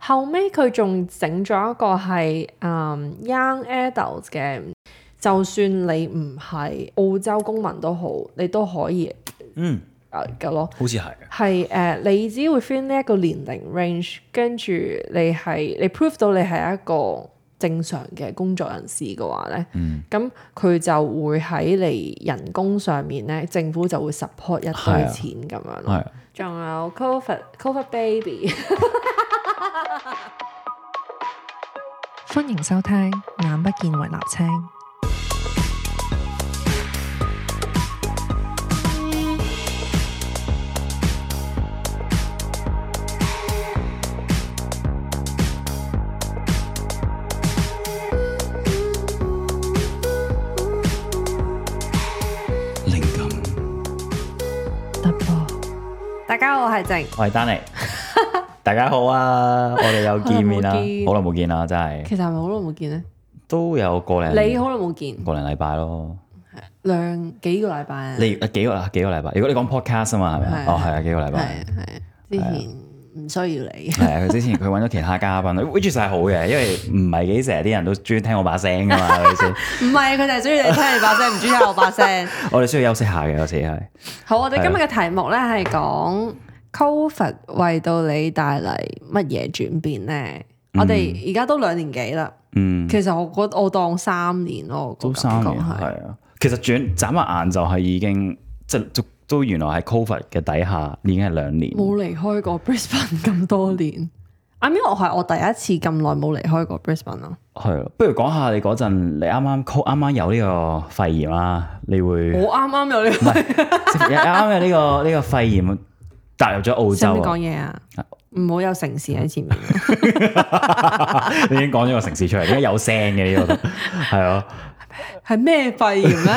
後尾佢仲整咗一個係嗯 young adults 嘅，就算你唔係澳洲公民都好，你都可以嗯，誒嘅咯。好似係。係誒、呃你只會 fit 呢一個年齡 range，跟住你係你 prove 到你係一個正常嘅工作人士嘅話咧，嗯咁佢、就會喺你人工上面咧，政府就會 support 一堆係啊錢咁樣咯。係仲有 covid covid baby，歡迎收聽《眼不見為立青》。靈感。突破大家好，我係靜。我 係丹尼，大家好啊！我哋又見面啦， 好耐冇見好耐冇見啦，真係其實係咪好耐冇見咧？都有個零你好耐冇見，個零禮拜咯。兩幾個禮拜啊？你啊幾個啊幾個禮拜？如果你講 podcast 啊嘛，係咪啊係？哦，係啊，幾個禮係啊拜。係啊之前唔需要你，係啊，佢之前佢揾咗其他嘉賓，which 係好嘅，因為唔係幾成日啲人都中意聽我把聲噶嘛， 係咪唔先？係佢就係中意你聽你把聲，唔中意聽我把聲。我哋需要休息下嘅，有時係好，我哋係啊今日嘅題目咧係講 Covid 為到你帶嚟乜嘢轉變咧？我哋而家都兩年幾啦，嗯，其實我覺我當三年咯，我都個感三覺年係係啊。其實轉眨下眼就係已經即係都都原來喺 Covid 嘅底下已經係兩年。冇離開過 Brisbane 咁多年。I mean，我係我第一次咁耐冇離開過 Brisbane 啊咯。係咯，不如講下你嗰陣，你啱啱 co- 啱啱有呢個肺炎啦，你會我啱啱有呢 個，即係啱啱有呢個呢個肺炎踏入咗澳使唔使洲講啊，嘢啊？唔好有城市喺前面。你已經講咗個城市出嚟，點解有聲嘅呢個？係啊，係咩肺炎 咧？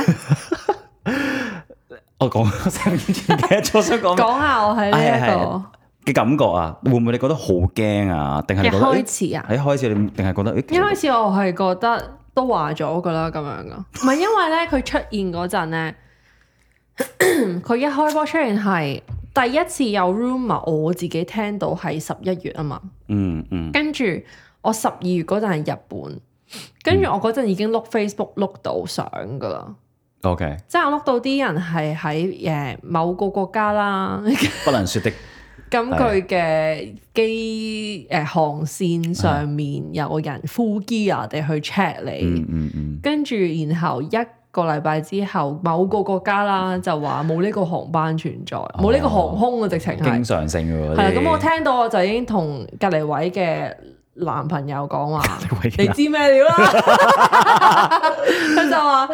我我哦講聲唔記得咗想講咩講下我喺呢係一係個嘅感覺啊，會唔會你覺得好驚啊？定係你一覺得誒開始啊。喺開始你定係覺得一誒開始我係覺得都話咗噶啦，咁樣噶，唔係因為咧佢出現嗰陣咧， 佢一開波出現係第一次有 rumor，我自己聽到係十一月啊嘛，嗯嗯跟住我十二月嗰陣係日本，跟住我嗰陣已經碌 Facebook 碌到相噶啦， OK，即係我碌到啲人係喺誒某個國家啦， 不能説的咁佢嘅機誒航線上面有人 full gear 地去 check 你。嗯嗯嗯跟住然後一個禮拜之後，某個國家啦就話冇呢個航班存在，哦冇呢、個航空啊，直情經係常性嘅喎係啦。咁我聽到我就已經同隔離位嘅男朋友講 話。你聽知咩料啦？佢就話，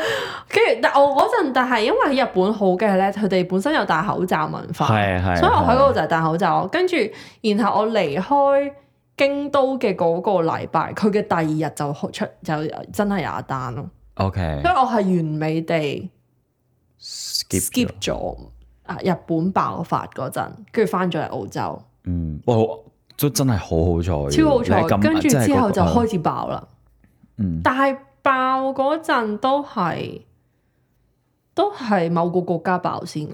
跟住但我嗰陣，但係因為日本好嘅咧，佢哋本身有戴口罩文化，係係，所以我喺係啊嗰度就係戴口罩。跟住然後我離開京都嘅嗰個禮拜，佢嘅第二日就出就真係有一單咯。 OK 所以我係完美地 skip 咗 skip 咗啊日本爆發嗰陣，跟住翻咗嚟澳洲，嗯，哇，好都真係好好彩，超好哎你彩。係咁跟住即係之後就嗰個開始爆啦，嗯但係爆嗰陣都係都係某個國家爆 先嘅，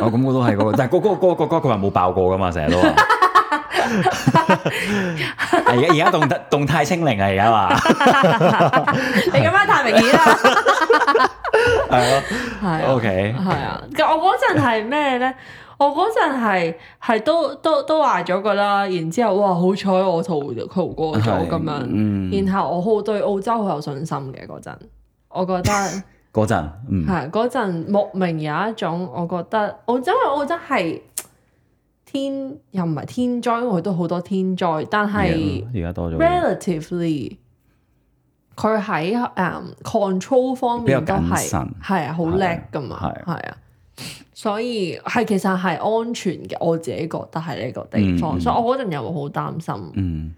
哦，咁我都係嗰個， 但係嗰嗰嗰個國家佢話冇爆過噶嘛，成 日都話。而家而家動態動態清零啊，而家話你咁樣太明顯 啦，係咯係啊，OK，係啊，我嗰陣係咩咧？我嗰陣係係都都都話咗噶啦，然之後哇好彩我逃逃過咗咁係樣，嗯，然後我好對澳洲好有信心嘅嗰陣，我覺得。 嗰陣嗯係嗰陣莫名有一種，我覺得澳洲因為澳洲係天又唔係天災，因為佢都好多天災，但係而家多咗， relatively 佢喺誒 control 方面都比較謹係慎係啊好叻噶嘛，係係啊。所以係其實係安全嘅，我自己覺得係呢個地方，嗯嗯所以我嗰陣又好擔心，嗯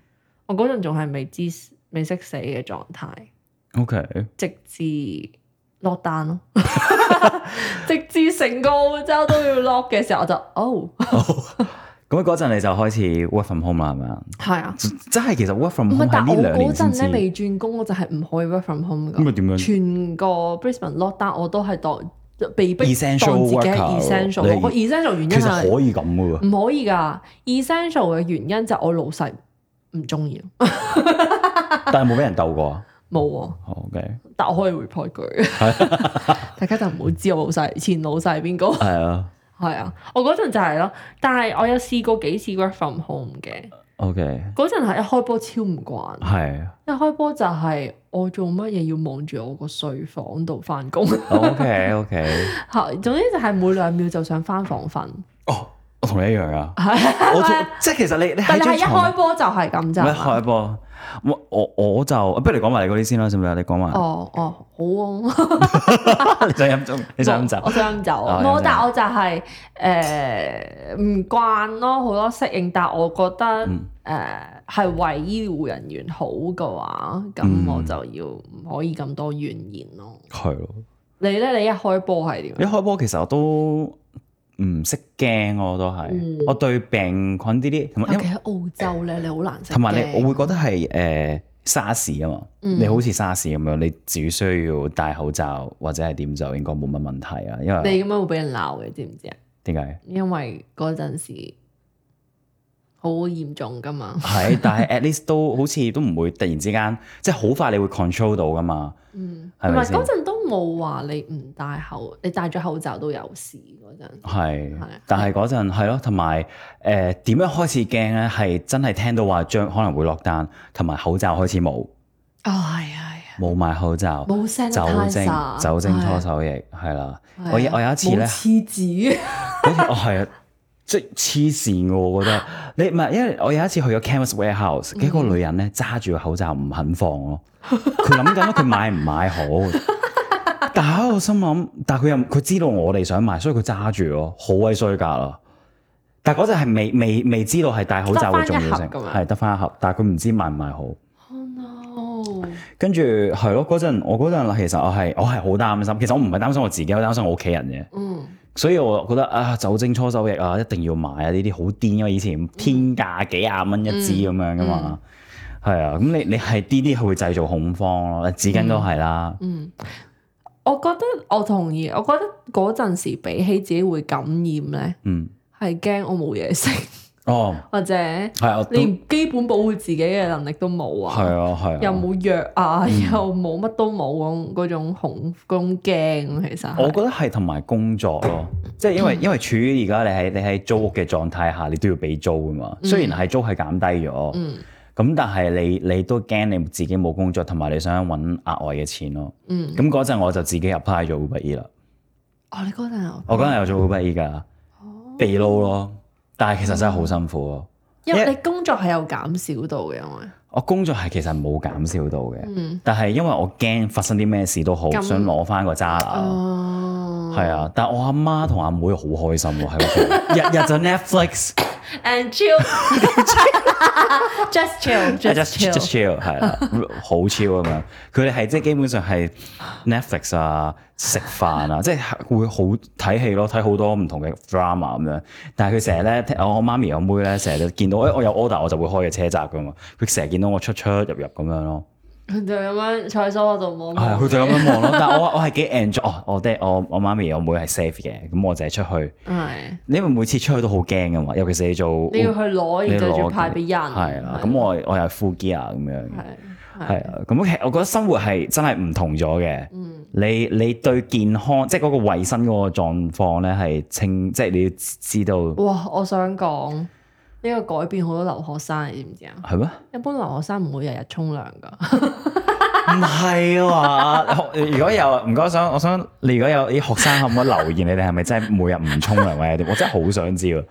我嗰陣仲係未知未識死嘅狀態。 ，OK， 直至落單咯， 直至成個澳洲都要落嘅時候，我就哦，咁啊嗰陣你就開始 work from home 啦，係咪啊？係啊，真係其實 work 唔 from 係 home，但喺我呢兩嗰年先陣知，咧咁未轉工，我就係唔可以 work from home 咪噶，點樣？全個 Brisbane 落單我都係當被逼 Essential 當自己係 worker essential，你我個 essential 原因其實啊係可以咁嘅喎，唔可以㗎，essential 嘅原因就係我老細唔中意咯，但係冇俾人鬥過啊。冇喎。好 OK，但我可以 report 佢， 大家就唔好知我老細前老細係邊個。係啊係啊，我嗰陣就係咯，但係我有試過幾次 work from home 嘅。 ，OK，嗰陣係一開波超唔慣，係一開波就係我做乜嘢要望住我個睡房度翻工， OK OK。係總之就係每兩秒就想翻房瞓。 哦，我同你一樣 啊，我同即係其實你你但你係喺張一床開度，波就係咁唔係咋一嘛？開啊波，我我我就不如你講埋你嗰啲先啦，使唔使啊？你講埋，哦哦，好啊。 你想飲酒，你想飲我酒，想飲酒，哦冇飲酒，但我就係誒唔慣咯，好多適應，但我覺得嗯誒係為醫護人員好嘅話，嗯咁我就要唔可以咁多怨言咯。係咯。你咧，你一開波係點啊一？開波其實我都唔識驚咯，我都係，嗯我對病菌呢啲同尤埋因其為喺澳洲咧，你好啊嗯難食嘅。同埋你，我會覺得係誒沙士啊嘛，你好似沙士咁樣，你只需要戴口罩或者係點就應該冇乜問題啊，因為你咁樣會俾人鬧嘅，知唔知啊？點解？因為嗰陣時好嚴重噶嘛。係，但 係 at least 都好似都唔會突然之間，即係好快你會 control 到噶嘛。嗯，係同咪埋先嗰陣都冇話你唔戴口，你戴咗口罩都有事嗰陣。係係，但係嗰陣係咯，同埋誒點樣開始驚咧？係真係聽到話將可能會落單，同埋口罩開始冇，哦，係啊，係啊，冇買口罩，冇聲酒精酒精搓手液係啊啦。啊我有我有一次咧，廁紙，好似我係啊即係黐線嘅喎，我覺得你唔係因為我有一次去咗 Chemist 嗯 Warehouse，跟住嗰個女人咧揸住個口罩唔肯放咯，佢諗緊咯，佢買唔買好？但係我心諗，但係佢又佢知道我哋想買，所以佢揸住咯，好鬼衰格啦！但係嗰陣係未未未知道係戴口罩嘅重要性，得返一盒咁樣係得翻一盒，但係佢唔知買唔買好。 Oh no！跟住係咯，嗰陣我嗰陣其實我係我係好擔心，其實我唔係擔心我自己，我擔心我屋企人嘅。嗯，所以我覺得啊，酒精搓手液啊，一定要買啊！呢啲好癲，因為以嗯前天價幾廿蚊一支咁樣噶嘛，係啊、咁你你係呢啲係會製造恐慌咯，紙巾都係啦，嗯我覺得我同意，我覺得嗰陣時比起自己會感染咧，嗯，係驚我冇嘢食， 哦，或者係我都係連基本保護自己嘅能力都冇啊，啊嗯係啊，又冇藥啊，又冇乜都冇咁嗰種恐嗰種驚，其實係我覺得係同埋工作咯，即係因嗯為因為處於而家你喺你喺租屋嘅狀態下，你都要俾租噶嘛。雖然係租係減低咗，咁、嗯但係你你都驚你自己冇工作，同埋你想揾額外嘅錢咯。嗯咁嗰陣我就自己 apply 咗 Uber E 啦。哦，你嗰陣有我嗰陣有做 Uber E 㗎，哦被撈咯，但係其實真係好辛苦咯。因因為為你工作係有減少到嘅，因為我工作係其實冇減少到嘅，嗯但係因為我驚發生啲咩事都好，咁想攞翻個渣拿。哦係啊，但我阿媽同阿妹好開心喎，喺屋企日日就 Netflix。 and chill just chill j just just just chill chill 係啦，好 chill 咁樣。佢哋係即係基本上係 Netflix 啊、食 飯啊，即係會好睇戲咯，睇好多唔同嘅 drama 咁樣。但係佢成日咧，我我媽咪我妹咧，成日都見到，哎誒我有 order 我就會開嘅車閘噶嘛。佢成日見到我出出入入咁樣咯， 佢就咁樣坐喺梳化度望係望佢就咁樣望咯。 但係我我係幾 enjoy，哦我爹我我媽咪我妹係 safe 嘅，咁我就係出去，係因為每次出去都好驚噶嘛，尤其是你做你要去攞，然之後仲要派俾人係啦。咁我我又係 full gear 咁樣。係係係啊，咁其實我覺得生活係真係唔同咗嘅。你你對健康即係嗰個衞生嗰個狀況咧係清，即係你要知道哇！我想講呢個改變好多留學生，你知唔知啊？係咩？一般留學生唔會日日沖涼噶， 唔係啊嘛！ 如果有唔該，我想我想你如果有啲學生可唔可以留言，你哋係咪真係每日唔沖涼或者點？我真係好想 知喎。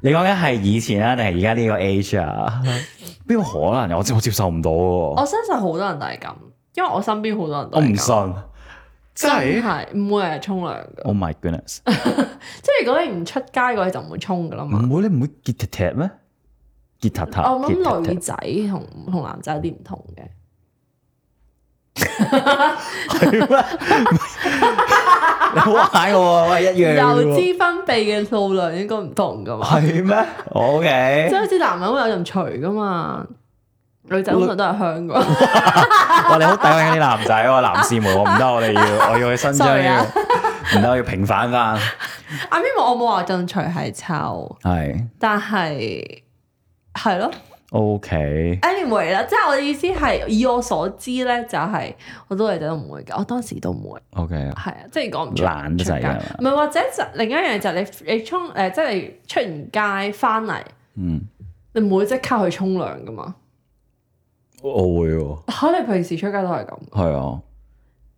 你講緊係以前啊，定係而家呢個 age 啊？邊個可能？我接我接受唔到喎。我相信好多人都係咁，因為我身邊好多人都我係唔咁信，真係唔會日日沖涼噶。 Oh my goodness！即係如果你唔出街嘅話，你就唔會沖噶啦嘛。唔會你唔會結踢踢咩？結踢踢，我結諗踢踢女仔同同男仔有啲唔同嘅， 你好玩我喎，喂一樣油喎脂分泌嘅數量應該唔同噶嘛。係咩？O 即係 K，好似男人會有陣除噶嘛，女仔通常都係香噶。哇！你好抵嗰啲男仔喎，男士們，我唔得，我哋要我要去伸張 Sorry 呢啊個，唔得，我要平反翻。 阿 Mimi 我冇話陣除係臭，係，但係係咯， O K， anyway 啦，即係我嘅意思係，以我所知咧，就係、我都嚟都唔會嘅，我當時都唔會， O K，係啊，即係講唔出懶得出滯街㗎係嘛唔係或者就另一樣就係你你沖誒、呃即係你出完街翻嚟，嗯，你唔會即刻去沖涼噶嘛？我會喎，嚇、你平時出街都係咁，係啊，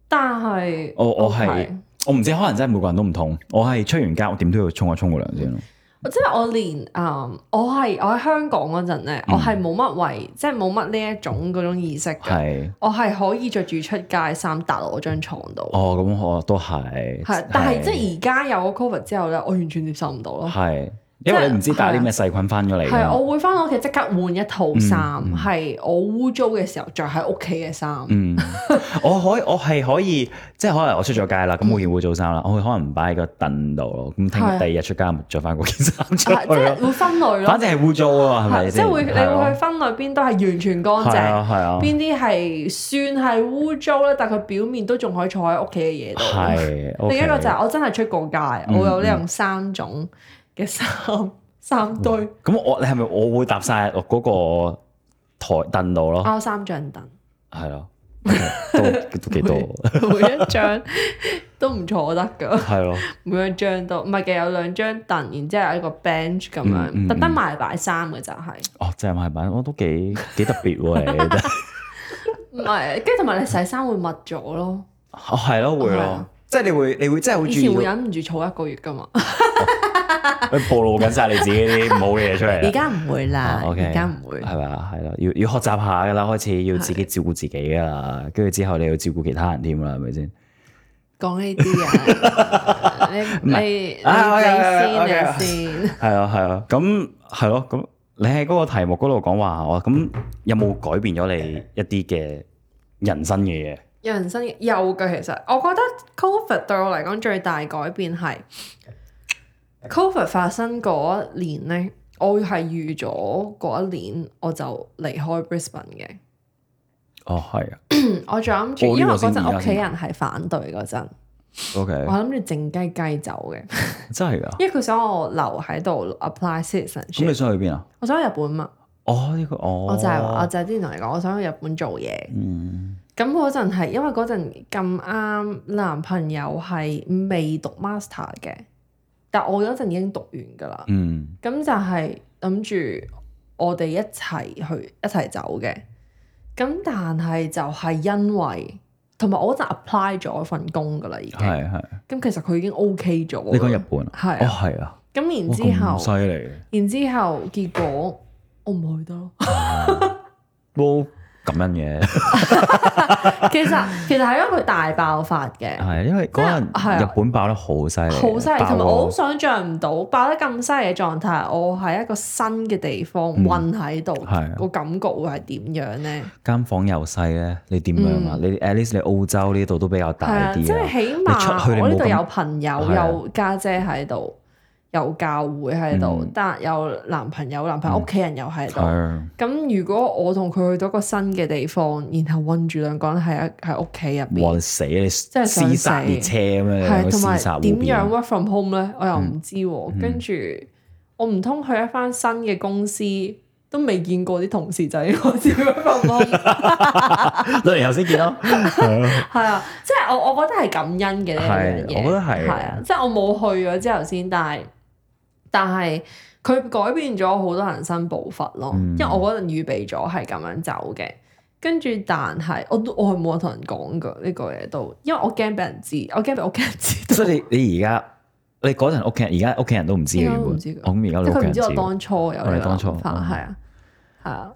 但係我我 OK 係我唔知，可能真係每個人都唔同。我係出完街，我點都要沖一沖個涼先咯。我即係我連誒、嗯我係我喺香港嗰陣咧，嗯我係冇乜為，即係冇乜呢一種嗰種意識嘅。係，我係可以着住出街衫搭落我張床度，哦，咁我都係，係，但係即係而家有個 covid 之後咧，我完全接受唔到咯。係，因為你唔知帶啲咩細菌翻咗嚟㗎啊係，嘛。我會翻到屋企即刻換一套衫嗯嗯，係我污糟嘅時候着喺屋企嘅衫。嗯， 我可以我係可以，即係可能我出咗街啦，咁我件污糟 衫啦，我會可能擺喺個凳度咯，咁聽係日第二日出街咪着翻嗰件 衫出 啊即去係咯。會分類咯反，正係污糟啊，係咪係即先？係會你係會啊去分類邊都係完全乾係淨，啊，係啊，邊啲係算係污糟咧，但佢表面都仲可以坐喺屋企嘅嘢度。係另一個就 OK 係我真係出過街，嗯我有呢樣三種嘅衫三堆，咁我你係咪我會搭晒落嗰個台凳度咯？包三張凳， 係咯，都都幾多，每一張都唔坐得㗎。 係咯，每一張都唔係嘅，有兩張凳，然之後有一個 bench 咁樣，嗯嗯特登埋擺衫嘅就係、哦，真係買版，我都幾幾特別喎你，唔係跟住同埋你洗衫會密咗咯，哦係咯會係咯啊，即係你會你會真係好注以前會意忍唔住儲一個月噶 嘛，你暴露緊晒你自己啲唔好嘅嘢出嚟而 啦。家唔會啦，哦而，OK 家唔會，係咪啊？係咯，要要學習下噶啦，開始要自己照顧自己噶啦，跟住之後你要照顧其他人添啦，係咪先？講呢啲 啊，你你啊你，OK，OK，OK，你先你先，係啊，係啊，咁係咯，咁你喺嗰個題目嗰度講話，我咁有冇改變咗你一啲嘅人生嘅嘢？有人生有嘅其實，我覺得 covid 對我嚟講最大改變係嗯 covid 發生嗰一年咧，我係預咗嗰一年我就離開 Brisbane 嘅。哦，係啊我仲諗哦住，呢因個為先嗰陣而家屋企人係反對嗰陣，我，OK，諗住靜雞雞走嘅，真係噶。因為佢想我留喺度 apply 咁你 citizenship。想去邊啊？我想去日本嘛，哦，呢個哦，我就係話，我就係之前同你講，我想去日本做嘢。嗯，咁嗰陣係因為嗰陣咁啱男朋友係未讀 master 嘅，但我嗰陣已經讀完㗎啦。嗯咁就係諗住我哋一齊去一齊走嘅。咁但係就係因為同埋我嗰陣 apply 咗份工㗎啦，已經。係係。咁其實佢已經 OK 咗。你講日本啊？係哦啊係啊，咁然之哇咁犀後， 利嘅，然之後結果我唔去得咯。 都感恩嘅，其實其實係因為佢大爆發嘅，係因為即嗰係係陣啊日本爆得好犀利，好犀利，啊爆同埋到我好想像唔到爆得咁犀利嘅狀態，我喺一個新嘅地方嗯混喺度係啊，個感覺會係點樣咧？間房又細咧，你點樣啊？你 at least 你澳洲呢度都比較嗯係啊，大即啲係啊，起你出去你碼我呢冇度咁有朋友，係啊有家姐喺度，有教會喺度嗯，但有男朋友，男朋友屋企人又喺度。係啊咁如果我同佢去到一個新嘅地方，然後韞住兩個人喺一喺屋企入哇邊，你死你真係想廝殺死列車咁樣，兩個係同廝殺埋湖點樣邊啊 work from home 咧？我又唔知嗯喎。跟住我唔通去一翻新嘅公司，都未見過啲同事仔，我知 work from home 啊兩年頭先見咯， 係啊，即係我我覺得係感恩嘅呢係樣嘢，我覺得係係啊，即係我冇去咗之後先，但係但係佢改變咗好多人生步伐咯，嗯因為我嗰陣預備咗係咁樣走嘅。跟住，但係我都我係冇同人講噶呢個嘢都，因為我驚俾人知，我驚俾屋企人知道，所以你你而家你嗰陣屋企人，而家屋企人都唔知嘅應該原都本，啊唔知㗎我咁而家即係你屋企佢唔人知我知。當初有哦你呢個當初諗法，哦係啊，係啊，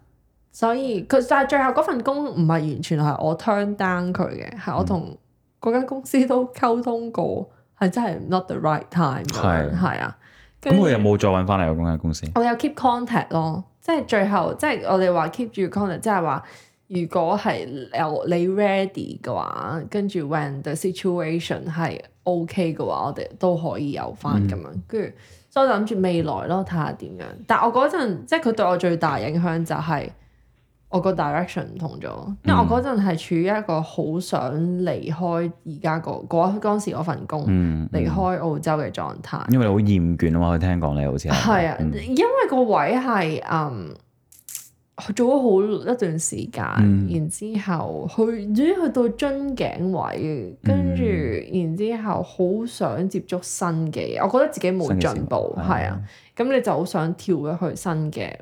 所以佢但係最後嗰份工唔係完全係我 turn down 佢嘅，係我同嗰間公司都溝通過，係真係 not the right time 咁樣係係啊。咁跟住佢有冇再揾翻嚟嗰間公司？我有 keep contact 咯，即係最後即係我哋話 keep 住 contact，即係話如果係有你 ready 嘅話，跟住 when the situation 係 OK 嘅話，我哋都可以有翻咁樣。跟住、所以我諗住未來咯，睇下點樣。但我嗰陣即係佢對我最大影響就係、我個 direction 唔同咗，因為我嗰陣係處於一個好想離開而家個嗰嗰陣時嗰份工，嗯，離開澳洲嘅狀態。因為你好厭倦啊嘛，佢聽講你好似係係啊，嗯因為個位係嗯，做咗好一段時間，嗯然之後去，總之去到樽頸位，跟住、嗯然之後好想接觸新嘅嘢，我覺得自己冇新嘅事物進步，係係啊，咁你就好想跳咗去新嘅，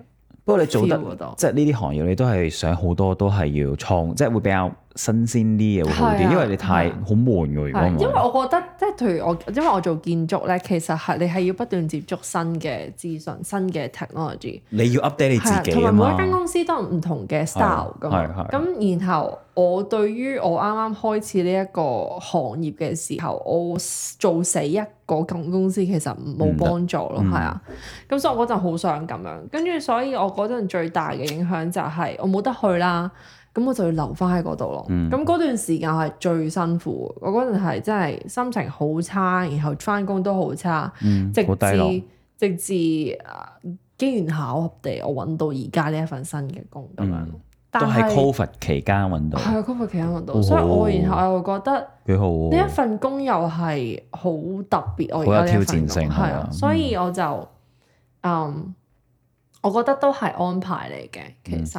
不過你做得 feel 嗰度即係呢啲行業，你都係想好多都係要創，即係會比較新鮮啲嘢會好係啲，啊因為你太係啊好悶㗎。如果係唔因為係，我覺得即係譬如我，因為我做建築咧，其實係你係要不斷接觸新嘅資訊、新嘅 technology。你要 update 你係啊自己同啊埋每一嘛。間公司都有唔同嘅 style 噶嘛係係。咁然後我對於我啱啱開始呢一個行業嘅時候，我 s- 做死一個咁公司其實冇幫助咯，嗯係啊。咁所以我嗰陣好想咁樣，跟住所以我嗰陣最大嘅影響就係我冇得去啦。咁我就要留翻喺嗰度咯。嗯咁嗰、段時間係最辛苦，我嗰陣係真係心情好差，然後翻工都好差，直好低落至直至啊機緣巧合地，我揾到而家呢一份新嘅工咁樣。嗯都但係係 Covid 期間揾到，係啊 c o v 期間揾到，哦所以我然後我又覺得。幾好呢喎一。份工又係好特別，我好有而家呢一挑份戰工性係係啊啊，所以我就嗯，我覺得都係安排嚟嘅，其嗯實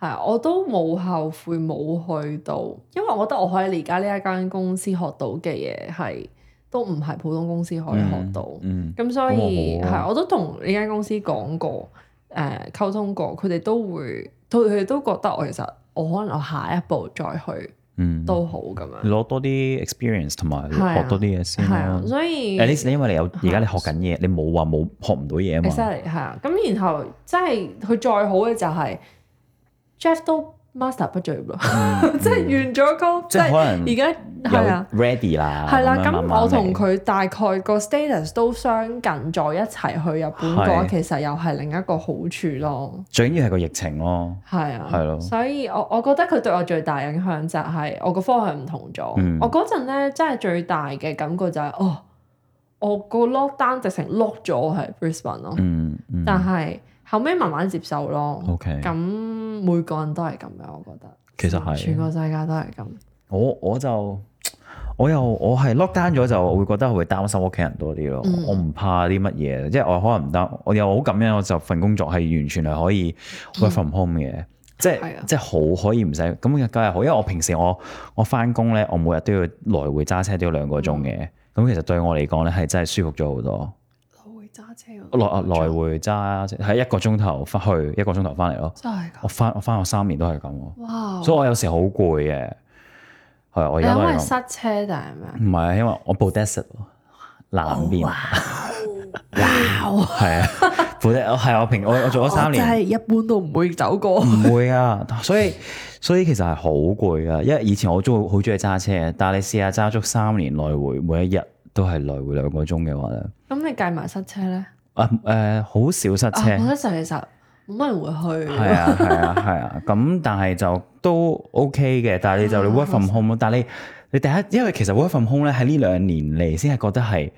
係啊，我都冇後悔冇去到，因為我覺得我喺而家呢一間公司學到嘅嘢係都唔係普通公司可以學到，咁、嗯，所以咁好係啊我都同呢間公司講過，誒、溝通過，佢哋都會，佢哋都覺得我其實我可能我下一步再去嗯，都好咁樣。攞多啲 experience 同埋係啊學多啲嘢先係啊啦，。所以 at least 因為你有而家你學緊嘢，你冇話冇學唔到嘢啊嘛。 exactly 係啊。咁然後即係佢再好嘅就係 Jeff 都 master 畢業 咯，即係完咗高，嗯即係可能而家係啊。有 ready 啦，係啦，樣慢咁慢我同嚟佢大概個 status 都相近，再一齊去日本嘅話，係其實又係另一個好處咯。最緊要係個疫情咯。係啊，係咯所以我我覺得佢對我最大影響就係我個方向唔同咗。嗯我嗰陣咧真係最大嘅感覺就係、哦，我個 lockdown 直情 lock 咗我喺 Brisbane 咯。嗯嗯但係後尾慢慢接受咯。 ，OK。咁每個人都係咁樣，我覺得。其實係全個世界都係咁。我我就我又我係 lock down 咗就我會覺得會擔心屋企人多啲咯。嗯我唔怕啲乜嘢，即係我可能唔得，我又好感恩我就份工作係完全係可以 work from home 嘅。即係嗯係啊即係好可以唔使咁梗係好，因為我平時我我翻工咧，我每日都要來回揸車都要兩個鐘嘅，咁、嗯其實對我嚟講咧係真係舒服咗好多。來回揸車嗰個來啊來回揸車係一個鐘頭翻去，一個鐘頭翻嚟咯。真係哦咁我。翻我翻學三年都係咁喎。哇！所以我有時好攰嘅，係啊我而你家因都係為咁。塞車定係咩？啊唔係因為我 b o d e s 南邊哦哇！ 係啊 b o d e 係我平我我做咗三我哦真年，係一般都唔會走過。唔會啊，所以所以其實係好攰噶，因為以前我中好中意揸車嘅，但係你試下揸足三年來回，每一日都係來回兩個鐘嘅話咧，咁你計埋塞車咧？啊誒、好少塞啊車。我覺得就其實冇乜人會去。係啊，係啊，係啊。咁但係就都 OK 嘅，但係你啊就你 work from home 咯。但係你你第一，因為其實 work from home 咧喺呢兩年嚟先係覺得係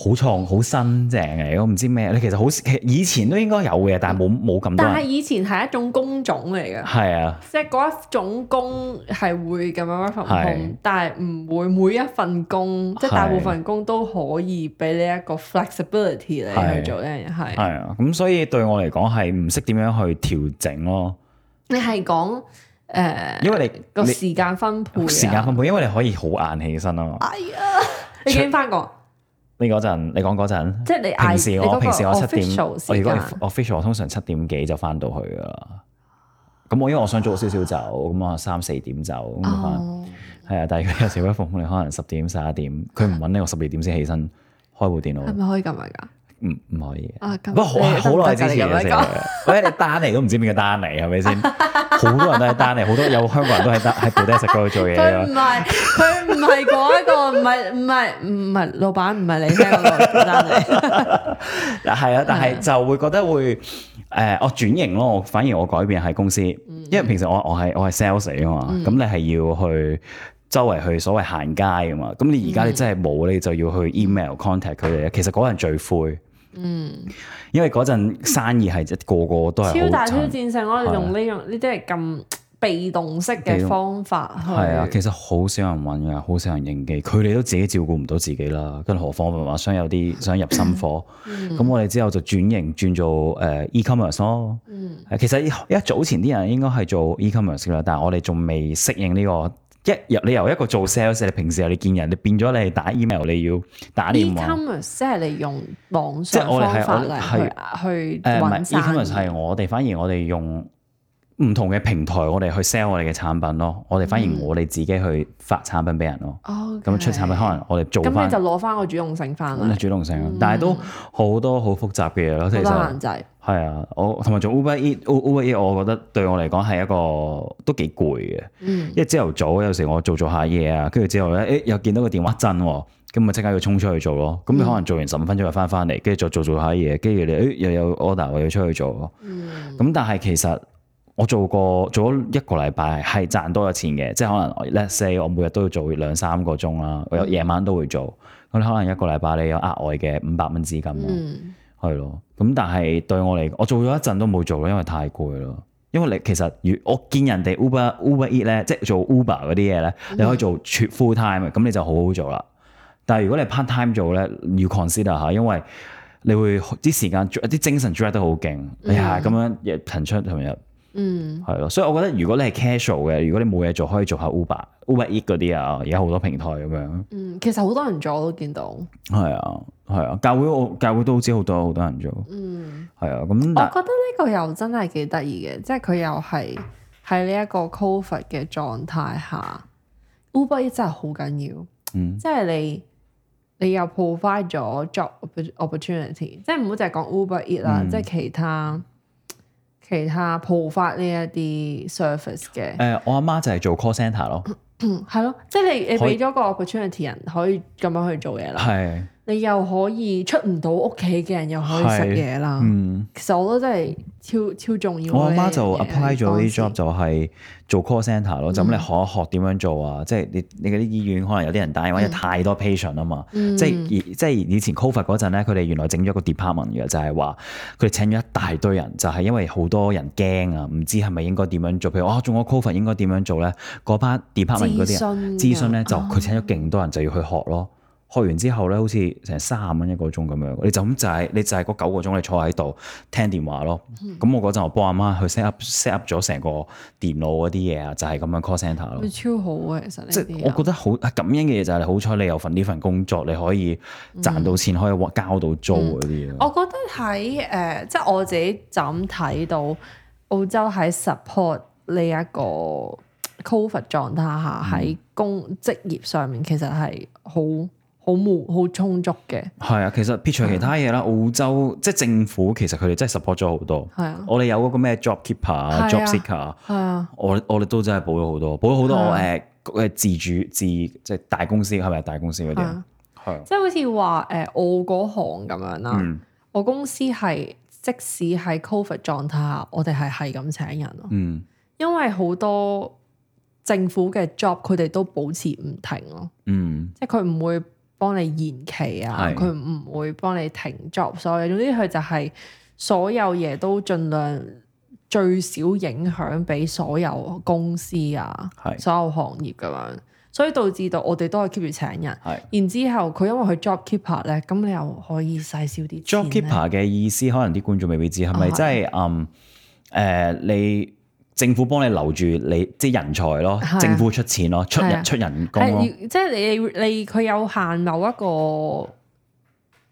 好創好新淨嚟，我唔知咩。你其實好其以前都應該有嘅，但係冇冇咁多嗯但係人。以前係一種工種嚟嘅。係啊，即係嗰一種工係會咁樣 work from 係 home，但係唔會每一份工，即係係大部分工都可以俾你一個 flexibility 你去做呢樣嘢。係係啊。咁所以對我嚟講係唔識點樣去調整咯，你係講誒因為你個你時間分配啊，時間分配，因為你可以好晏起身啊嘛。你幾點翻工？你嗰陣，你講嗰陣。即係你嗌平時我平時我七點，我你如嗰個果 official 時間 official 我通常七點幾就翻到去噶啦。咁我因為我想早少少走，咁我三四點走咁就翻。啊哦，係啊，但係佢有時 work from home，你可能十點十一點，佢唔揾你，我十二點先起身開部電係腦，咪可以咁樣㗎？唔唔可以嘅。啊，咁不過好你得唔好得㗎耐之你前咁樣嘅事講嚟嘅，喂你丹尼都唔知邊個丹尼係咪先？好多人都係丹尼，好多有香港人都喺丹喺布袋食嗰度做嘢佢唔㗎。係佢唔係嗰一個，唔係唔係唔係老闆，唔係你聽嗰個單嚟。係啊，但嗯係就會覺得會誒、呃我轉型咯。我反而我改變係公司，嗯因為平時我我係我係 sales 嚟啊嘛，咁、你係要去周圍去所謂行街啊嘛。咁你嗯而家你真係冇，你就要去 email contact 佢哋。其實嗰陣最灰，因為嗰陣生意係一個個都係嗯超好大挑慘啊戰性咯！你用呢樣呢啲係咁被動式被嘅動方法去。係啊，其實好少人揾㗎，好少人應記，佢哋都自己照顧唔到自己啦，跟住何況話想有啲想入心貨，咁、我哋之後就轉型轉做誒 e-commerce 咯。誒其實一早前啲人應該係做 e-commerce 㗎啦，但係我哋仲未適應呢、個。一入你由一個做 sales，你平時啊你見人，你變咗你係打 email，你要打電話。 e-commerce 即係你用網即上係我哋係方法我哋嚟去去呃誒唔揾係 e-commerce 生係意。我哋，反而我哋用唔同嘅平台，我哋去 sell 我哋嘅產品咯。我哋反而我哋自己去發產品俾人咯。哦，咁出產品可能我哋做咁翻你就嗯攞翻個主動性翻嚟，主動性啊，但係都好多好複雜嘅嘢咯。其好多限實制。係啊，我同埋做 Uber E，Uber E，我覺得對我嚟講係一個都幾攰嘅。嗯因為朝頭早有時我做做下嘢啊，跟住之後咧，誒又見到個電話震喎，咁咪即刻要衝出去做咯。咁你可能做完十五分鐘又翻翻嚟，跟住再做做下嘢，跟住你誒又有 order 我要出去做咯。嗯，咁但係其實我做過做咗一個禮拜係賺多咗錢嘅，即係可能 let's say 我每日都要做兩三個鐘啦，我有夜晚都會做。咁你可能一個禮拜你有額外嘅五百蚊資金咯，嗯，係咯、咁但係對我嚟，我做咗一陣都冇做咯，因為太攰咯。因為你其實如我見人哋 Uber Uber Eat 咧，即係做 Uber 嗰啲嘢咧，嗯你可以做全 full time 嘅，咁你就好好做啦。但係如果你 part time 做咧，要 consider 下，因為你會啲時間啲精神 drag 得好勁，哎呀咁樣日騰出同日嗯，係咯，所以我覺得如果你係 casual 嘅，如果你冇嘢做，可以做下 Uber、Uber Eat 嗰啲啊，而家好多平台咁樣。嗯，其實好多人做我都見到。係啊，係啊，教會我教會都好似好多好多人做，嗯，係啊，咁我但覺得呢個又真係幾得意嘅，即係佢又係喺呢一個 COVID 嘅狀態下，Uber Eats 真係好緊要。嗯即係你你又 provide 咗 job oppor- opportunity，即係唔好淨係講 Uber Eat 啦，嗯即係其他其他 provide 呢一啲 service 嘅，誒呃我阿媽就係做 call centre 咯，嗯係咯，即係你你可以俾咗個 opportunity 人可以咁樣去做嘢啦，係，你又可以出唔到屋企嘅人又可以食係嘢啦，嗯。其實我都真係超超重要嘅我阿呢樣嘢。媽就 apply 咗呢啲 job 當時嗯就係做 call centre 咯，就咁你學一學點樣做啊？即係你你嗰啲醫院可能有啲人打電嗯話有太多 patient 啊嘛，即係以即係以前 covid 嗰陣咧，佢哋原來整咗個 department 嘅，就係話佢哋請咗一大堆人，就係因為好多人驚啊，唔知係咪應該點樣做？譬如啊中咗 covid 應該點樣做咧？嗰班 department 嗰諮啲人詢㗎啊哦諮詢咧就佢請咗勁多人就要去學咯。學完之後咧，好似成三十蚊一個鐘咁樣，你就咁就係、你就係嗰九個鐘你坐喺度聽電話咯。嗯咁、我嗰陣我幫阿媽去 set up set up 咗成個電腦嗰啲嘢啊，就係、咁樣 call centre 咯佢。超好嘅，其實呢即啲係我覺人得好啊感恩嘅嘢就係你好彩你有份呢份工作，你可以嗯賺到錢，可以交到租嗰啲啊我咯。覺得喺誒、呃即係我自己就咁睇到澳洲喺 support 呢一個 covid 狀態下嗯喺工職業上面，其實係好好滿好充足嘅，係啊，其實撇除其他嘢啦，澳洲即係政府其實佢哋真係 support 咗好多。係啊，我哋有嗰個咩 job keeper 係啊、啊 job seeker 啊。係啊，我我哋都真係補咗好多，補咗好多我係啊誒誒自主自即係大公司係咪大公司嗰啲係啊啊？係啊即係好似話誒我嗰行咁樣啦，嗯我公司係即使喺 covid 狀態下，我哋係係咁請人咯，嗯因為好多政府嘅 job 佢哋都保持唔停咯。嗯即係佢唔會幫你延期啊係，佢唔會幫你停 job 所有嘢，總之佢就係所有嘢都盡量最少影響俾所有公司啊，係所有行業咁樣，所以導致到我哋都係 keep 住請人。係。然之後佢因為佢 job keeper 咧，咁你又可以使少啲 job 錢呢 keeper 嘅意思，可能啲觀眾未必知係咪啊即係嗯誒你政府幫你留住你即係人才咯係啊，政府出錢咯，出係人啊出人工係咯，要即係你你佢有限某一個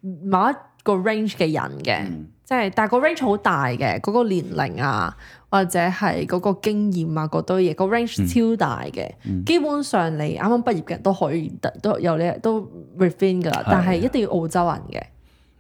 某一個 range 嘅人嘅，嗯即係但係個 range 好大嘅，嗰、個年齡啊，或者係嗰個經驗啊，嗰堆嘢個嗯 range 超大嘅，基本上你啱啱畢業嘅人都可以得都有呢都 within 噶啦，但係一定要澳洲人嘅。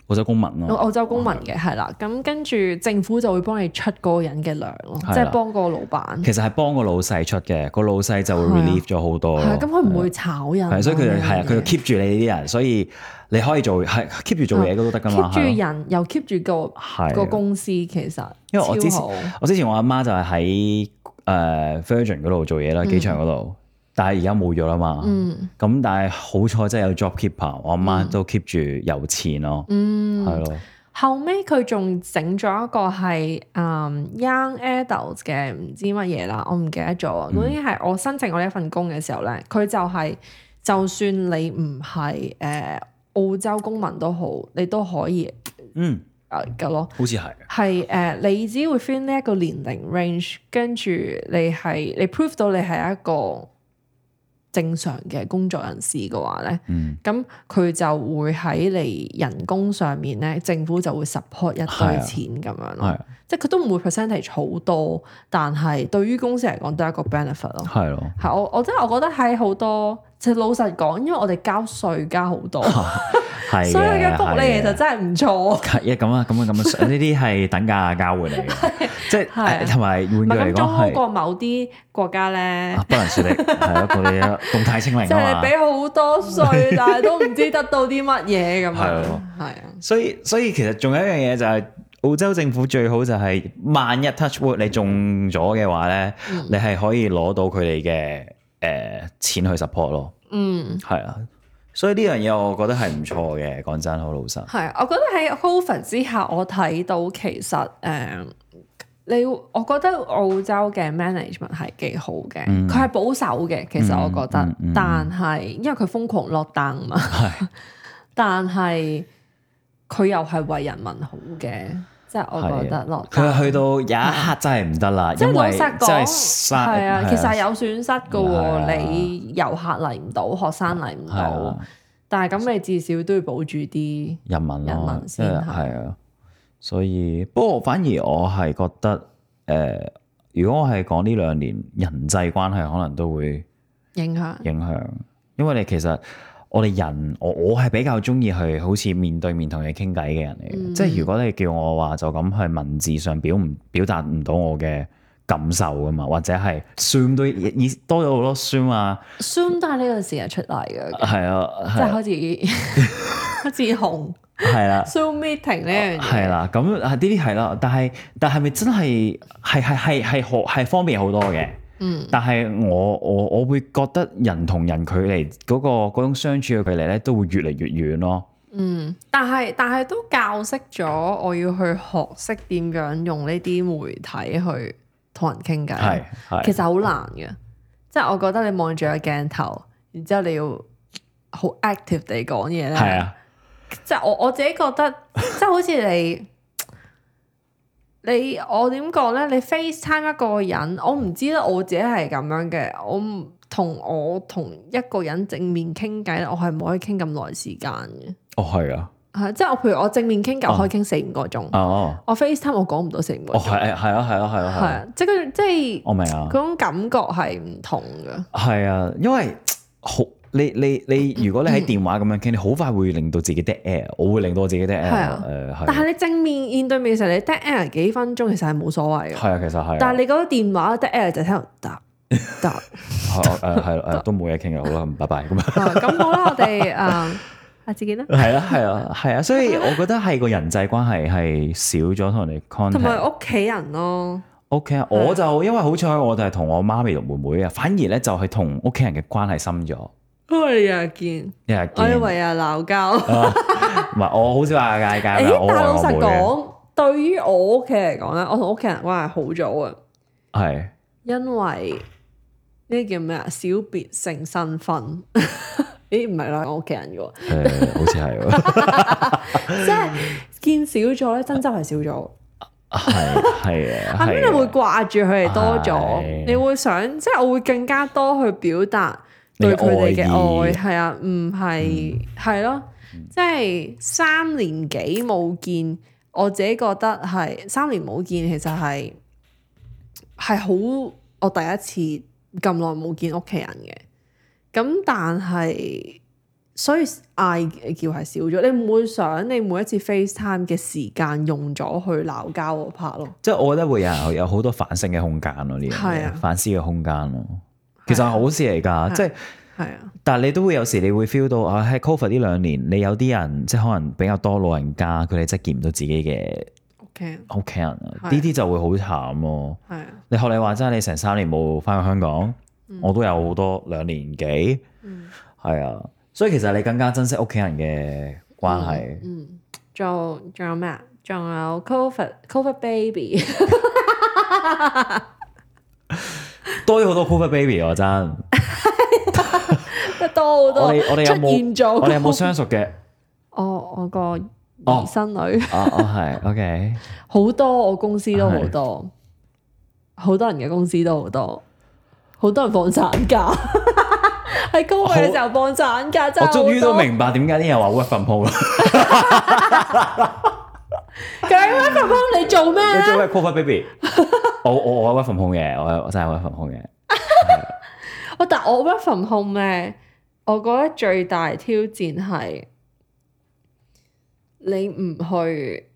澳洲公民咯，澳洲公民嘅係啦，咁跟住政府就會幫你出嗰個人嘅糧咯，係啦即係幫個老闆。其實係幫個老細出嘅，個老細就會 relieve 咗好多嗯係啊咯。咁佢唔會炒人啊。係，所以佢就呢樣係啊，佢就嘢 keep 住你呢啲人，所以你可以做係 keep 住做嘢都得噶嘛。哦 keep 係咯住人又 keep 住係啊個個公司，其實因為我超之前好我之前我阿媽就係喺誒 Virgin 嗰度做嘢啦，機場嗰度，但係而家冇咗啦嘛。嗯咁但係好彩真係有 job keeper，我阿媽都 keep 住有錢咯，嗯係咯，後尾佢仲整咗一個係嗯 young adults 嘅唔知乜嘢啦，我唔記得咗。嗯總之係我申請我呢一份工嘅時候咧，佢就係、就算你唔係誒澳洲公民都好，你都可以嗯，誒嘅咯。好似係，係誒、呃你只會 fit 呢一個年齡 range，跟住你係你 prove 到你係一個正常嘅工作人士嘅話咧，嗯，咁佢就會喺你人工上面咧，政府就會 support 一堆係啊錢咁樣咯。係即係佢都唔會 percentage 好多，但係對於公司嚟講都係一個 benefit 咯。係咯，係我我真係我覺得喺好多，即係老實講，因為我哋交稅交好多，係 所以佢嘅嘅福利其實係嘅啊真係唔錯。係啊咁啊咁啊咁啊，呢 啲係等價交換 嚟嘅，即係係呃同埋換唔句係嚟咁中講好係過某啲國家咧啊，不能說力係咯，嗰 啲啊動態清零即啊係嘛。俾好多税， 但係都唔知得到啲乜嘢咁樣。係咯係啊，所以所以其實仲有一樣嘢就係、澳洲政府最好就係、萬一 touch wood 你中咗嘅話咧，嗯你係可以攞到佢哋嘅誒錢去 support 咯，嗯，係啊。所以呢樣嘢我覺得係唔錯嘅，講真好老實。係啊。我覺得喺 Covid 之下，我睇到其實誒、嗯你我覺得澳洲嘅 management 係幾好嘅，佢係、保守嘅。其實我覺得，嗯嗯嗯但係因為佢瘋狂落單嘛， 但係佢又係為人民好嘅，即係我覺得落單。啊佢去到有一刻真係唔得啦，即係因老為實真係講，生係啊，其實係係有損失嘅係啊喎。你遊客嚟唔到，學生嚟唔係到啊，但係咁你至少都要保住啲。人民人咯，民即先係係係啊。所以不過反而我係覺得誒、呃如果我係講呢兩年人際關係，可能都會。影響影響，因為你其實我哋人，我我係比較中意去好似面對面同你傾偈嘅人嚟嘅，嗯即係如果你叫我話就咁係文字上表唔表達唔到我嘅感受噶嘛，或者係 Zoom 都已多咗好多 Zoom 啊， Zoom 都係呢個時日出嚟嘅，係啊，即係係啊開始 開始紅係啦。 Zoom meeting 呢樣嘢。係啦，咁啊呢啲係啦，但係但係咪真係係係係係好係方便好多嘅？嗯，但係我我我會覺得人同人距離嗰、個嗰種相處嘅距離咧，都會越嚟越遠咯。嗯，但係但係都教識咗我要去學識點樣用呢啲媒體去同人傾偈。係係。其實好難嘅，即係我覺得你望住個鏡頭，然之後你要好 active 地講嘢咧。係啊，即係我我自己覺 得，即係好似你你我點講咧？你 FaceTime 一個人，我唔知咧，我自己係咁樣嘅，我唔同我同一個人正面傾偈咧，我係唔可以傾咁耐時間嘅。哦係啊，係即係我譬如我正面傾偈，我可以哦傾四五個鐘。哦，我 FaceTime 我講唔到四五個哦鐘，係係啊係啊係啊係係啊，啊，即係跟住即係我明啊嗰，種感覺係唔同嘅。係啊，因為好你你你，如果你喺嗯電話咁樣傾，你好快會令到自己 dead air，我會令到我自己 dead 係啊 air，誒係，但係你正面面對面嘅時候，你 dead air 幾分鐘其實係冇所謂嘅。係啊，其實係啊，但係你嗰個電話 dead air 就聽到答答，係啊誒係誒都冇嘢傾嘅，好啦，拜拜咁啊，啊咁好啦，我哋啊誒下次見啦。係啦係啊係 啊，所以我覺得係個人際關係係少咗同人哋同埋嗯 contact。屋企人咯， OK 啊，我就因為好彩，我就係同我媽咪同妹妹啊，反而咧就係同屋企人嘅關係深咗，因為日日見，一日我以見。為日日鬧交。誒，唔係我好少話但嗌交㗎，哎我係愛老我妹實嘅，講，對於我屋企嚟講咧，我同屋企人關係好咗啊，係。因為呢叫咩啊？小別勝新婚。 咦，唔係啦，我屋企人嘅喎，誒、好似係 喎，即係見少咗咧，爭執係少咗。係啊係啊，咁係你會啊掛住佢哋多係咗，你會想即係我會更加多去表達對佢哋嘅愛，你嘅係啊，唔嗯係係咯，即係三年幾冇見，我自己覺得係三年冇見，其實係係好我第一次咁耐冇見屋企人嘅，咁但係。所以嗌叫係少咗，你唔會想你每一次 FaceTime 嘅時間用咗去鬧交嗰 part 咯。即係我覺得會有人有好多反省嘅空間咯，呢樣係啊嘢反思嘅空間咯，其實係好事嚟㗎，即係係啊，但係你都會有時你會 feel 到啊喺 Covid 呢兩年，你有啲人即係可能比較多老人家，佢哋真係見唔到自己嘅 OK，屋企人啊，係呢啲就會好慘咯。係啊，你學你話齋，你成三年冇翻去香港，嗯我都有好多兩年幾，係啊，所以其實你更加珍惜屋企人嘅關係。嗯，仲有仲有咩啊？仲有 Covid Covid Baby， 多咗好多 Cover Baby 啊 我哦真。多好多我哋我哋有出現冇咗。我哋 有冇相熟嘅？我我個哦兒生女哦哦係 OK。好多，我公司都好係多，好多人嘅公司都好多，好多人放散假。 喺高位嘅時候放散假真我係好終於多都，明白點解啲人話 work from home 啦。佢喺 work from home 你做咩你啊？做咩 cover baby？我我我 work from home 嘅，我我真係 work from home 嘅。我但我 work from home 咧，我覺得最大挑戰係你唔去，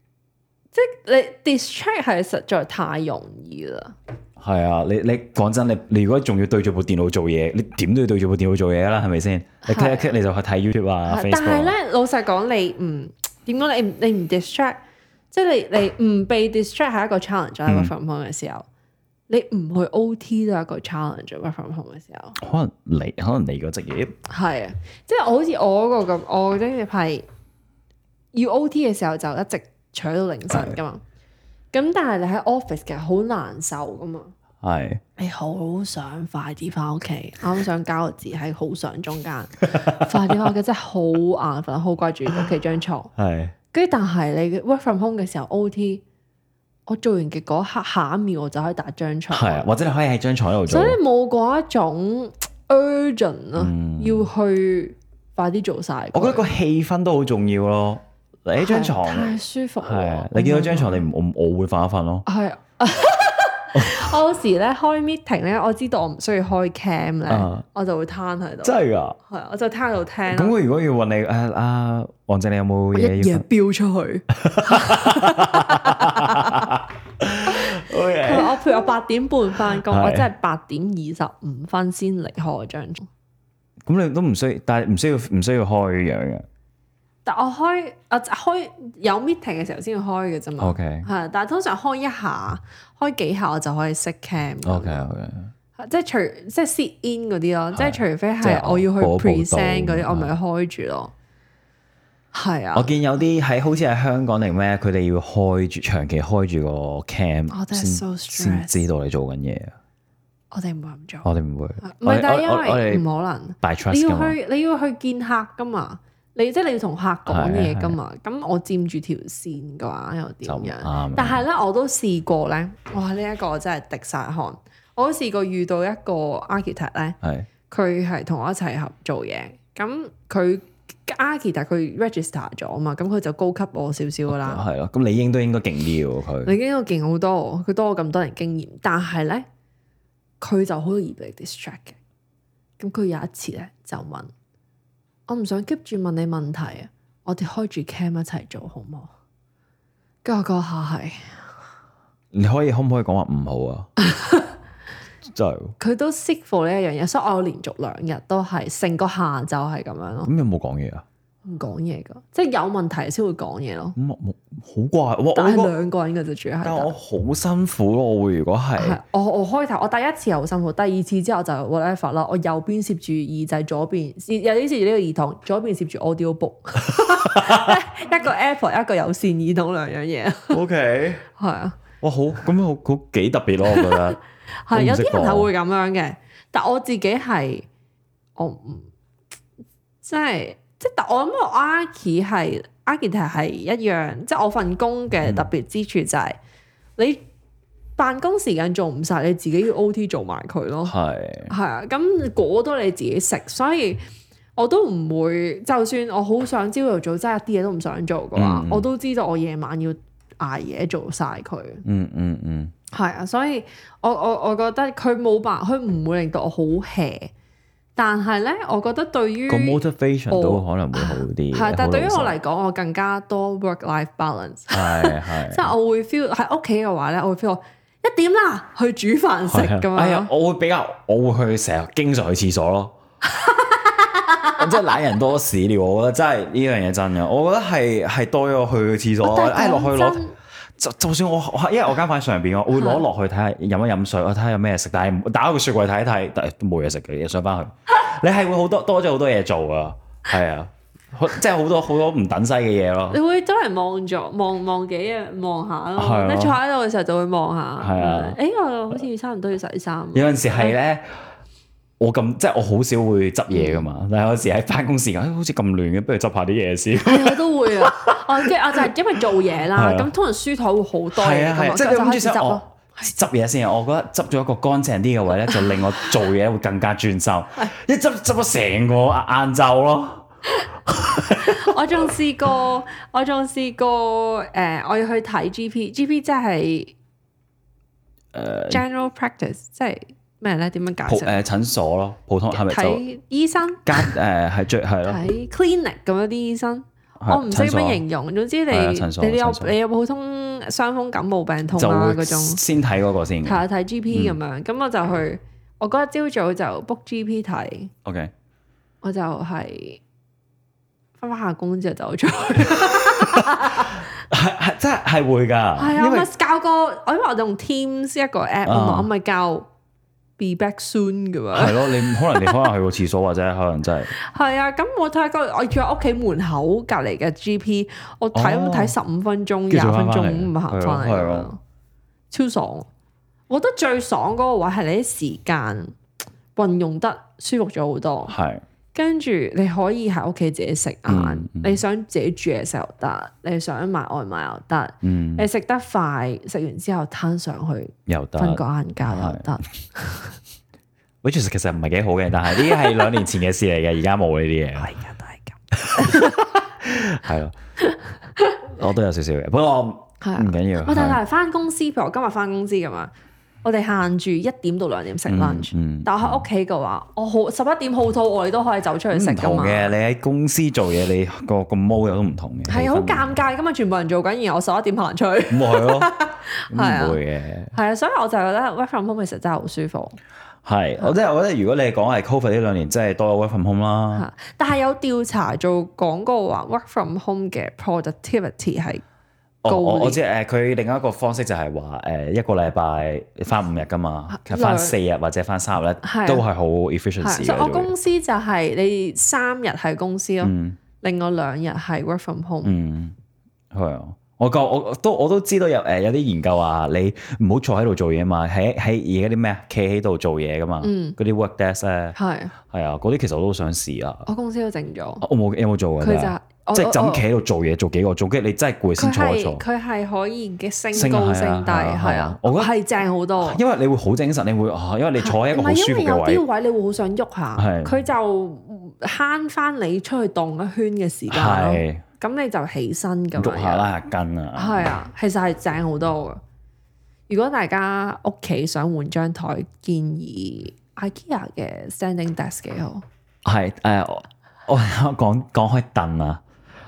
即係你 distract 係實在太容易啦。係啊，你你講真，你你如果仲要對住部電腦做嘢，你點都要對住部電腦做嘢啦，係咪先？你係 click 一 click 你就去睇 YouTube 啊係但係，Facebook 啊。咧，老實講，你唔點講，你唔你唔 distract，即係你你唔被 distract 係一個 challenge 喺嗯 work from home 嘅時候，你唔去 OT 都係一個 challenge 喺 work from home 嘅時候。可能你可能你個職業係啊，即係我好似我嗰個咁，我嗰啲係要 O.T. 嘅時候就一直扯到凌晨噶嘛。咁但係你喺 office 嘅好難受噶嘛，係你好想快啲翻屋企，啱想交個字喺好想中間， 快啲翻屋企真係好眼瞓，好掛住屋企張床。係跟住但係你 work from home 嘅時候 O.T. 我做完嘅嗰一刻，下一秒我就可以打張床。係啊，或者你可以喺張床度做哦所以。冇嗰一種 urgent 啊，嗯要去快啲做晒佢。我覺得個氣氛都好重要咯。你喺張床，係太舒服係啊啦。你見到張床，你唔我我會瞓一瞓咯。係啊。 我有時咧開 meeting 咧，我知道我唔需要開 cam 咧啊，我就會攤喺度。真係㗎。係啊，我就攤喺度聽咁啦。佢如果要問你誒啊，王正你有冇我一嘢要夜分？飆出去，佢 OK 話我譬如我八點半翻工，係我真係八點二十五分先離開我張床。咁你都唔需，但係唔需要唔需要開樣嘅。但我開我開有 meeting 嘅時候先要開嘅啫嘛。 OK 係，但係通常開一下、開幾下我就可以熄 cam 咁樣。 OK OK，即係除即係 sit in 嗰啲咯，即係除非即係係我要去我報道 present 嗰啲，我咪係開住咯。係我啊，見有啲喺好似喺香港定咩，佢哋要開住長期開住個 cam Oh, 先 that's so 先 stress 知道你做緊嘢。我哋唔會咁做。我哋唔會，啊唔係，但係我哋我因為唔我哋可能， by 你 trust 㗎要嘛。去你要去見客噶嘛，你即係你要同客講嘢噶嘛。咁我佔住條線嘅話又點就唔樣啱？啊但係咧，我都試過咧，哇！呢一個我真係滴晒汗。我都試過遇到一個 architect 咧。係佢係同我一齊合做嘢，咁佢 architect 佢 register 咗啊嘛，咁佢就高級我少少噶啦。係咯，咁你應都應該勁啲喎佢。你經我勁好多，佢多我咁多人經驗，但係咧佢就好易被 distract 嘅。咁佢有一次咧就問我唔想 keep 住問你問題啊，我哋開住 cam 一齊做好唔好？跟住我嗰下係你可以可唔可以講話唔 好啊？真係喎佢都 sick for 呢一樣嘢，所以我連續兩日都係成個下晝係咁樣咯，咁有冇講嘢啊？唔講嘢噶，即係有問題先會講嘢咯。咁我冇好怪，我但係我兩個人嘅就主要係但我得。好辛苦咯，我會如果係係我我開頭我第一次係好辛苦，第二次之後就 whatever 啦。我右邊攝住耳仔，左邊有啲攝住呢個耳筒，左邊攝住 audio book，一個 Apple 一個有線耳筒兩樣嘢， OK，係啊，哇好咁樣好好幾特別咯，我覺 得係有我唔識啲人講係會咁樣嘅，但我自己係我唔即係即係，但我諗我 Archi 係 Architect 係一樣，即係我份工嗯嘅特別之處就係、你辦公時間做唔晒，你自己要 OT 做埋佢咯。係係啊，咁果都你自己食，所以我都唔會，就算我好想朝頭早真係一啲嘢都唔想做嘅話，嗯嗯我都知道我夜晚要捱夜做晒佢。嗯嗯嗯係啊，所以我我我覺得佢冇辦，佢唔會令到我好 hea。但係咧，我覺得對於個 motivation 我都可能會好啲。係，啊但係對於我好老實嚟講，我更加多 work-life balance。係係即係我會 feel 喺屋企嘅話咧，我會 feel 我一點啦去煮飯食咁係啊哎呀樣，。我會比較，我會去成日經常去廁所咯。 我真係懶人多屎尿，我覺得真係呢樣嘢真嘅。我覺得係係多咗去廁所，哦但係哎落講去攞真。就就算我我因為我間房喺上邊，我嗯會攞落去睇下飲一飲水，我睇下有咩食，但係唔打開個雪櫃睇一睇，但係都冇嘢食嘅，嘢上翻去。你係會好多多咗好多嘢做啊，係啊，好即係好多好多唔等西嘅嘢咯你。會周圍望咗望望幾嘢望下係咯，啊你坐喺度嘅時候就會望下。係啊誒我好似差唔多要洗衫。有陣時係啊咧，我咁即係我好少會執嘢噶嗯嘛，但係有時喺翻工時間，哎好似咁亂嘅，不如執下啲嘢先。係我都會啊，我跟住我就係因為做嘢啦，係啊咁通常書台會好 多係嘢啊㗎係嘛，啊，即係咁你就諗開住始想執哦咯。執嘢先啊，我覺得執咗一個乾淨啲嘅位咧，就令我做嘢會更加專 心。一執執咗成個晏晝咯，我仲試過，我仲試過誒，我要去睇 GP，GP 即係 general practice，即係咩咧？點樣解呃普釋？誒診所咯，普通係咪就睇醫生。間誒係最係咯？睇 clinic 咁樣啲醫生，係我唔識診點所樣形容。總之你係啊診所你有診所你有普通傷風感冒病痛就啦會啊嗯嗰種，先睇嗰個先嘅。係啊睇 GP 咁樣。咁我就去，我嗰日朝早就 book GP 睇， OK， 我就係翻返下工之後就走咗。係係真係係會係㗎，啊，因我咪為教個，我因為我用 Teams 一個 app 啊嘛，啊我咪教 Be Back Soon 咁樣。係咯，你可能你可能去過廁所或者可能真係。係啊，咁我睇個我住喺屋企門口隔離嘅 GP，我睇哦咁睇十五分鐘、繼廿續分返返嚟鐘咁行翻嚟係啊咁咯係樣咯，超爽。我覺得最爽嗰個位係你啲時間運用得舒服咗好多，係跟住你可以喺屋企自己食晏嗯，嗯你想自己煮嘢食又得，你想買外賣又得，嗯你食得快，食完之後攤上去。又得瞓個晏覺又係得， ，which is 其實唔係幾好嘅，但係呢啲係兩年前嘅事嚟 嘅，而家冇呢啲嘢，而家都係咁。係咯，我都有少少嘅，不過我係啊唔緊要，我但係係翻公司，譬如我今日翻公司咁啊，我哋限住一點到兩點食 lunch，、嗯但我喺屋企嘅話，我好十一點好肚餓，你都可以走出去食唔噶同嘛。嘅，你喺公司做嘢，你個個毛又都唔同嘅，係啊好氣尷氛尬噶嘛，全部人做緊，然後我十一點行出 去。咁咪係咯， 係啊咁唔會嘅。係啊，所以我就覺得 work from home 其實真係好舒服係，我真係我覺得，如果你係講係 Covid 呢兩年，真係多咗 work from home 啦，嚇。但係有調查做講過話 work from home 嘅 productivity 係哦高我我啲知誒，佢另一個方式就係話誒一個禮拜翻五日噶嘛，其實兩翻四日或者翻三日咧係啊，都係好係 efficiency 所以我嘅。公司就係你三日喺公司咯，嗯另外兩日係 work from home。嗯，係啊。我夠我我都我都知道有誒、有啲研究話你唔好坐喺度做嘢嘛，喺喺而家啲咩啊，企喺度做嘢噶嘛，嗯嗰啲、work desk 咧係，係啊，嗰啲其實我都想試啊。我公司都整咗，我冇有冇做㗎？哦啊佢就真係即係就咁企我喺度做嘢做幾個鐘，跟住你真係攰佢先坐一係坐，佢係可以嘅升升高係啊升低，係啊係係啊啊，我我覺覺得得係正好多。因為你會好精神，你會啊，因為你坐喺一個唔好哦係舒因服為嘅有位啲，位你會好想喐下，係佢就慳翻你出去蕩一圈嘅時間咯。係咁你就起身咁喐下樣。拉下筋啊。係啊，其實係正好多嘅。如果大家屋企想換張台，建議 IKEA 嘅 standing desk 幾好係誒，我我講講開凳啊，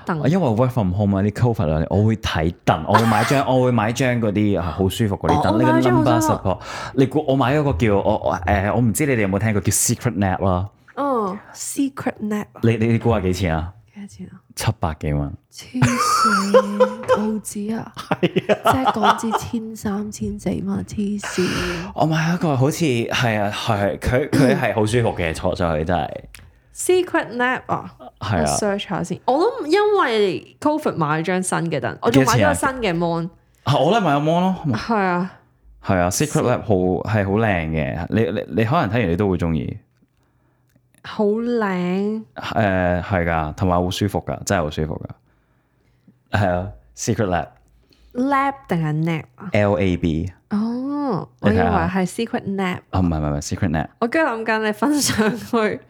凳。因為 work from home 啊，啲 cover 兩年，我會睇 凳，我會買張，我會買張嗰啲啊好舒服嗰啲哦我凳，呢買個咗張好 number 舒服 support。你估我買咗個叫我我誒，我唔知你哋有冇聽過叫 secret net 啦？嗯，secret nap 啊你你你估下幾錢啊？幾多錢啊？七百幾蚊，黐線，澳紙 啊，即係港紙千三千四嘛，黐線。我買咗一個好似係啊係，佢佢係好舒服嘅，坐上去真係 Secret Nap 啊，我係啊。 search 下先。我都因為 Covid 買咗張新嘅凳，我仲買咗個幾多新錢嘅 mon，啊我咧買個 mon 咯，係啊，係啊，Secret Lab 好係好靚嘅，你你你可能睇完你都會中意，好靚。誒係噶，同埋好舒服噶，真係好舒服噶，係啊，Secret Lab Lab 定係 Nap 啊？ L A B 哦，我以你為睇下係 Secret Nap。啊，唔係唔係唔係 Secret Lab，我跟住諗緊你分上去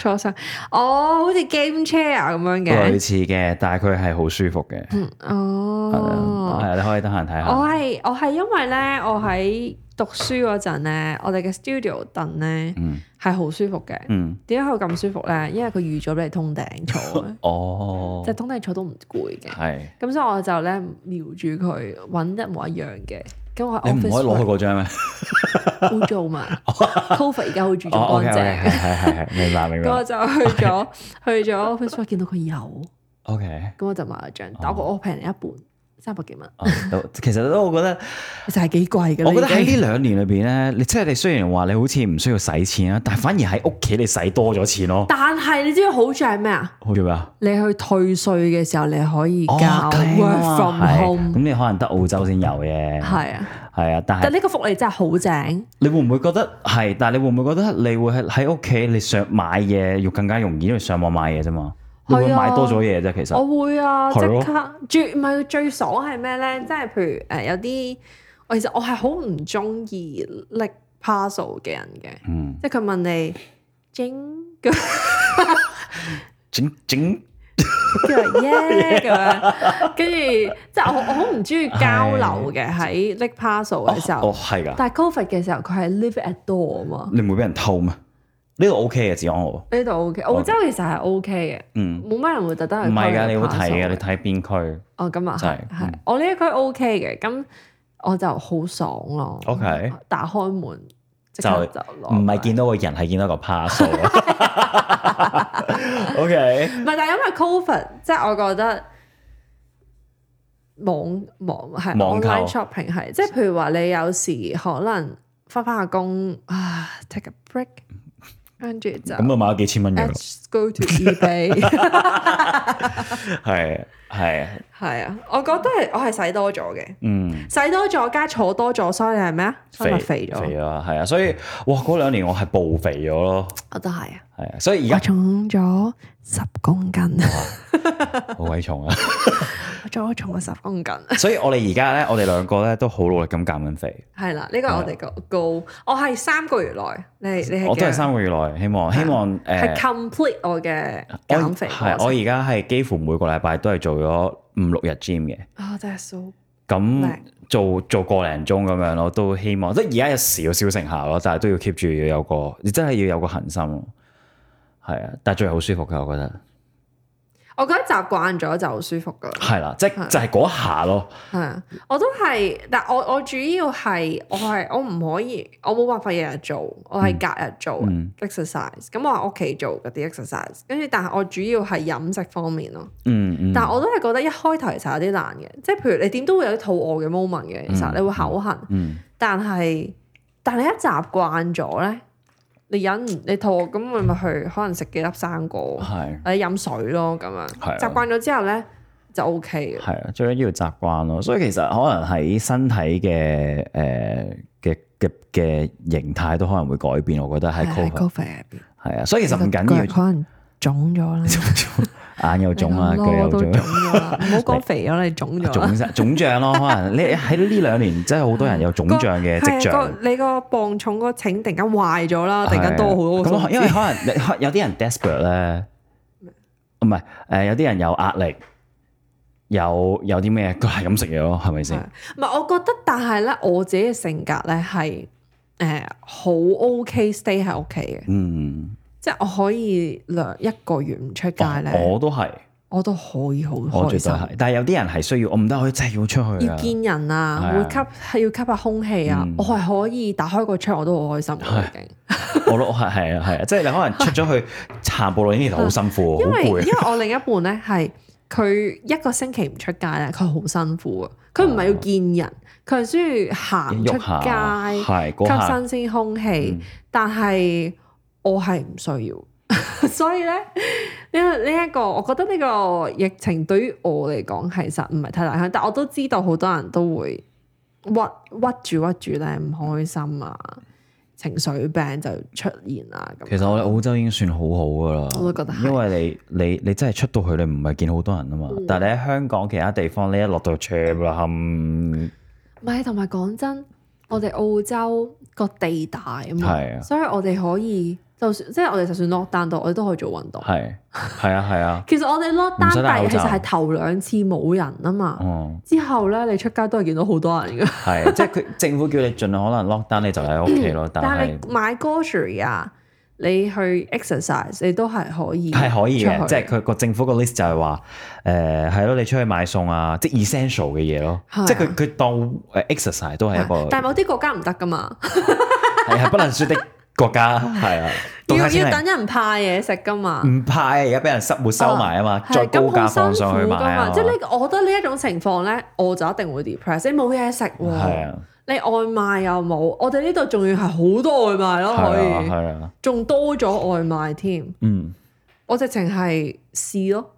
坐上，哦，好似 game chair 啊咁樣類嘅，似嘅，但係佢係好舒服嘅，哦係嗯哦啊，。係啊你可以得閒睇我下，係我係因為咧，我喺讀書嗰陣咧，我哋嘅 studio 凳咧嗯係好舒服嘅。嗯，點解佢咁舒服咧？因為佢預咗俾你通頂坐， 哦即係，通頂坐都唔攰嘅。係，咁所以我就咧瞄住佢揾一模一樣嘅。咁我你喺唔可以 office 攞佢 work 嗰張咩？污糟嘛 ，cover 而家好注重哦，OK 乾 OK，係淨。係係，明白明咁我白就去咗 去咗 office work，見到佢有， ，OK，哦咁我就買咗張，但我我平你一半，三百幾蚊，啊都其實都我覺得，其實係幾貴嘅啦。我覺得喺已經呢兩年裏邊咧，你即係你雖然話你好似唔需要使錢啦，但係反而喺屋企你使多咗錢咯。但係你知唔知好處係咩啊？好叫咩啊？你去退税嘅時候，你可以哦交咁啊 work from 係 home，咁你可能得澳洲先有嘅，係啊。係啊，但係但呢個福利真係好正，你會唔會覺得係？但係你會唔會覺得你會喺喺屋企你上買嘢要更加容易，因為上網買嘢啫嘛，你會係啊買多咗嘢啫。其實我會啊，即係咯刻最唔係最爽係咩咧？即係譬如誒、呃有啲，我其實我係好唔中意拎 parcel 嘅人嘅，嗯，即係佢問你 整咁。整整跟住耶咁樣，跟住即係我我好唔中意交流嘅喺拎 parcel 嘅時候，哦係㗎，但係 covid 嘅時候佢係 live at door 啊嘛，你唔會俾人偷咩？呢度 OK 嘅治安我，呢度 OK，澳哦洲其實係 OK 嘅，嗯，冇乜人會特登去唔係區㗎，拎你會 parcel 睇嘅，你睇邊區哦咁啊真係係係嗯，我呢一區 OK 嘅，咁我就好爽咯， ？OK，打開門即就刻就攞，唔係見到個人，係見到個 parcel 咯。OK，唔係，但係因為 Covid，即係我覺得網網係網購 online shopping 係，即係譬如話你有時可能翻返下工啊，take a break，跟住就咁啊買咗幾千蚊嘅， let's go to eBay，係係係啊，我覺得係我係使多咗嘅，嗯。使多咗加坐多咗，所以係咩啊？所以咪肥肥咗，啊，係啊，所以哇，嗰兩年我係暴肥咗咯，我都係啊，係啊，所以我 而家重咗十公斤，啊好鬼重啊，我再重咗十公斤。 所以我哋而家咧，我哋兩個咧都好努力咁減緊肥， 係啦，呢個我哋個 goal，我係三個月內，你你係啊我幾都係耐三個月內，希望希望係誒， complete 我嘅我減肥過係程我而家係幾乎每個禮拜都係做咗五六日 gym 嘅，啊、真係 so 咁明做做個零鐘咁樣咯，都希望即係而家有少少成效咯，但係都要 keep 住要有個，你真係要有個恒心咯，係啊，但係最後好舒服㗎，我覺得我覺得習慣咗就好舒服噶啦，係啦，即係就係嗰下咯，係啊，我都係，但我我主要係我係我唔可以，我冇辦法日日做，我係隔日做、嗯 exercise，咁我喺屋企做嗰啲 exercise，跟住但係我主要係飲食方面咯，嗯嗯，但係我都係覺得一開頭其實有啲難嘅，即係譬如你點都會有啲肚餓嘅 moment 嘅，其實嗯你會口痕，嗯。但係但係你一習慣咗咧，你忍唔你肚餓咁咪咪去可能食幾粒生果。係或者飲水咯咁樣。啊係啊習慣咗之後咧就 O K 嘅。係啊，最緊要習慣咯。所以其實可能喺身體嘅誒嘅嘅嘅形態都可能會改變，我覺得喺啊 COVID 肥入邊，係啊。 所以其實唔緊要，可能腫咗啦，眼又腫啦，腳又都腫腫，啊咗啦。唔好 講肥咗啦，你腫咗啊啦。腫曬腫脹 咯。可能你喺呢兩年真係好多人有腫脹嘅跡係啊象。個你個磅重個秤突然間壞咗啦，突然間多好多個係啊數咁，因為可能你可有啲人 desperate 咧，唔係誒，有啲人有壓力，有有啲咩，佢係咁食嘢咯，係咪係先？唔係我覺得，但係咧我自己嘅性格咧係誒好 O K stay 喺屋企嘅，嗯，即係我可以兩一個月唔出街咧，哦我都係。我都可以好我開絕對心。係，但係有啲人係需要，我唔得，我真係要出去要啊！見人啊，係會啊吸要吸下空氣啊，嗯我係可以打開個窗，我都好開心嘅已經。我都係係 啊係啊，即係你可能出咗去行步路已經其實好辛苦，因好為因為攰。啊我另一半咧係佢一個星期唔出街咧，佢好辛苦啊。佢唔係要見人，佢係需要行出喐下街係嗰下，嗯吸新鮮空氣，但係我係唔需要， 所以咧呢呢一個我覺得呢個疫情對於我嚟講其實唔係太大影響，但我都知道好多人都會屈屈住屈住咧唔開心啊，情緒病就出現啦咁。其實我哋澳洲已經算好好噶啦，我都覺得係嗯因為你你你真係出到去，你唔係見好多人啊嘛。但係你喺香港其他地方，你一嗯落到去 c 啦冚，唔係，同埋講真，我哋澳洲個地大啊係嘛，啊所以我哋可以就算即係我哋就算 lock down 到，我哋都可以做運動。係係啊係啊，其實我哋 lock 唔 down 使戴口但係其罩實係頭兩次冇人啊嘛。嗯之後咧，你出街都係見到好多人嘅。係，啊即係佢政府叫你盡量可能 lock down，你就喺屋企咯。 但但係係你買 grocery 啊，你去 exercise，你都係可以，係可以嘅，即係係佢個政府個 list 就係話，誒係咯，你出去買餸啊，即係 essential 嘅嘢咯，係啊即係佢佢當誒 exercise 都係一個但係某啲國家唔得噶嘛，係係不能説的國家係啊，要到底先要等係人派嘢食噶嘛。唔派，而家俾人塞沒收埋啊嘛，係再高咁好價辛放上去苦買㗎啊嘛，嘛，即係呢個，我覺得呢一種情況咧，我就一定會 depress。你冇嘢食係喎啊，你外賣又冇，我哋呢度仲要係好多外賣咯，可係啊以係啊，仲多咗外賣添。嗯，我直情係試咯，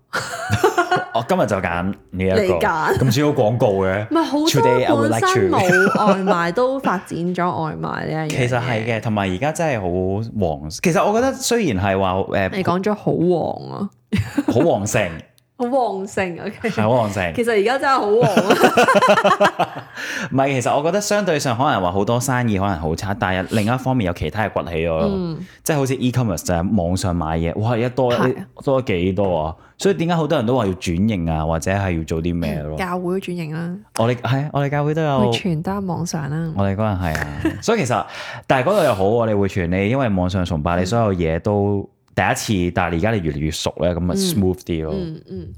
我今日就揀呢一個，你揀咁少廣告嘅 唔係好 Today I 多 would 本 like 身 to 冇外賣都發展咗外賣呢一樣嘢。 其實係嘅，同埋而家真係好旺。其實我覺得雖然係話你誒講咗好旺啊，好旺盛，好旺盛啊。OK 係好旺 盛。其實而家真係好旺啊，唔係，其實我覺得相對上可能話好多生意可能好差，但係另一方面有其他嘅崛起咗咯。即係好似 e-commerce 就係網上買嘢，哇！而家多嗯係啊多咗幾多啊？所以點解好多人都話要轉型啊，或者係要啊做啲咩嗯咯？教會轉型啦，我哋係啊我哋教會都有，會全單網上啦。我哋嗰陣係啊。所以其實，但係嗰度又好喎，你會傳你，因為網上崇拜嗯你所有嘢都第一次，但係而家你越嚟越熟咧，咁咪 smooth 啲咯。嗯嗯，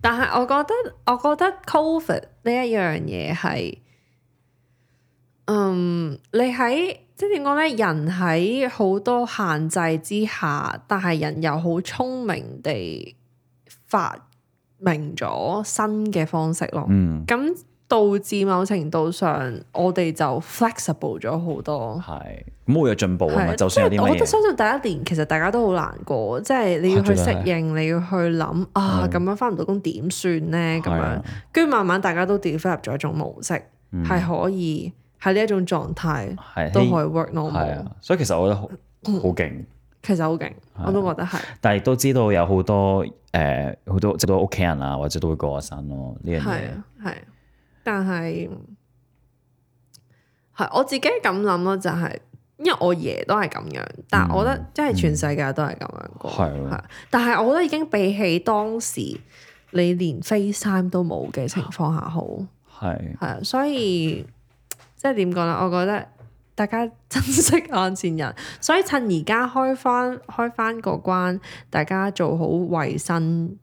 但係我覺得，我覺得 Covid 呢一樣嘢係，嗯，你喺即係點講咧？人喺好多限制之下，但係人又好聰明地發明咗新嘅方式咯。嗯，咁、導致某程度上，我哋就 flexible 咗好多。係咁會有進步啊嘛，係，就算有即啲係我乜覺得嘢，相信第一年其實大家都好難過，即係你要去啊絕對係嗯適應，你要去諗啊，咁樣翻唔到工點算呢？咁係啊嗯樣，跟住慢慢大家都 develop 咗一種模式，係可以喺呢一種狀態係都可以 work 係 normal。啊，所以其實我覺得好好勁，其實好勁，我都覺得係。但係亦都知道有好多誒好多即係屋企人啊，或者都會過咗身咯呢樣係嘢啊，係啊，但係係我自己咁諗咯，就係、因為我爺都係咁樣，但係我覺得即係全世界都係咁樣過，嗯係啊咯係但係我覺得已經比起當時你連 FaceTime 都冇嘅情況下好，係係啊，所以即係點講咧？我覺得大家珍惜眼前人，所以趁而家開翻 開翻個關，大家做好衞生，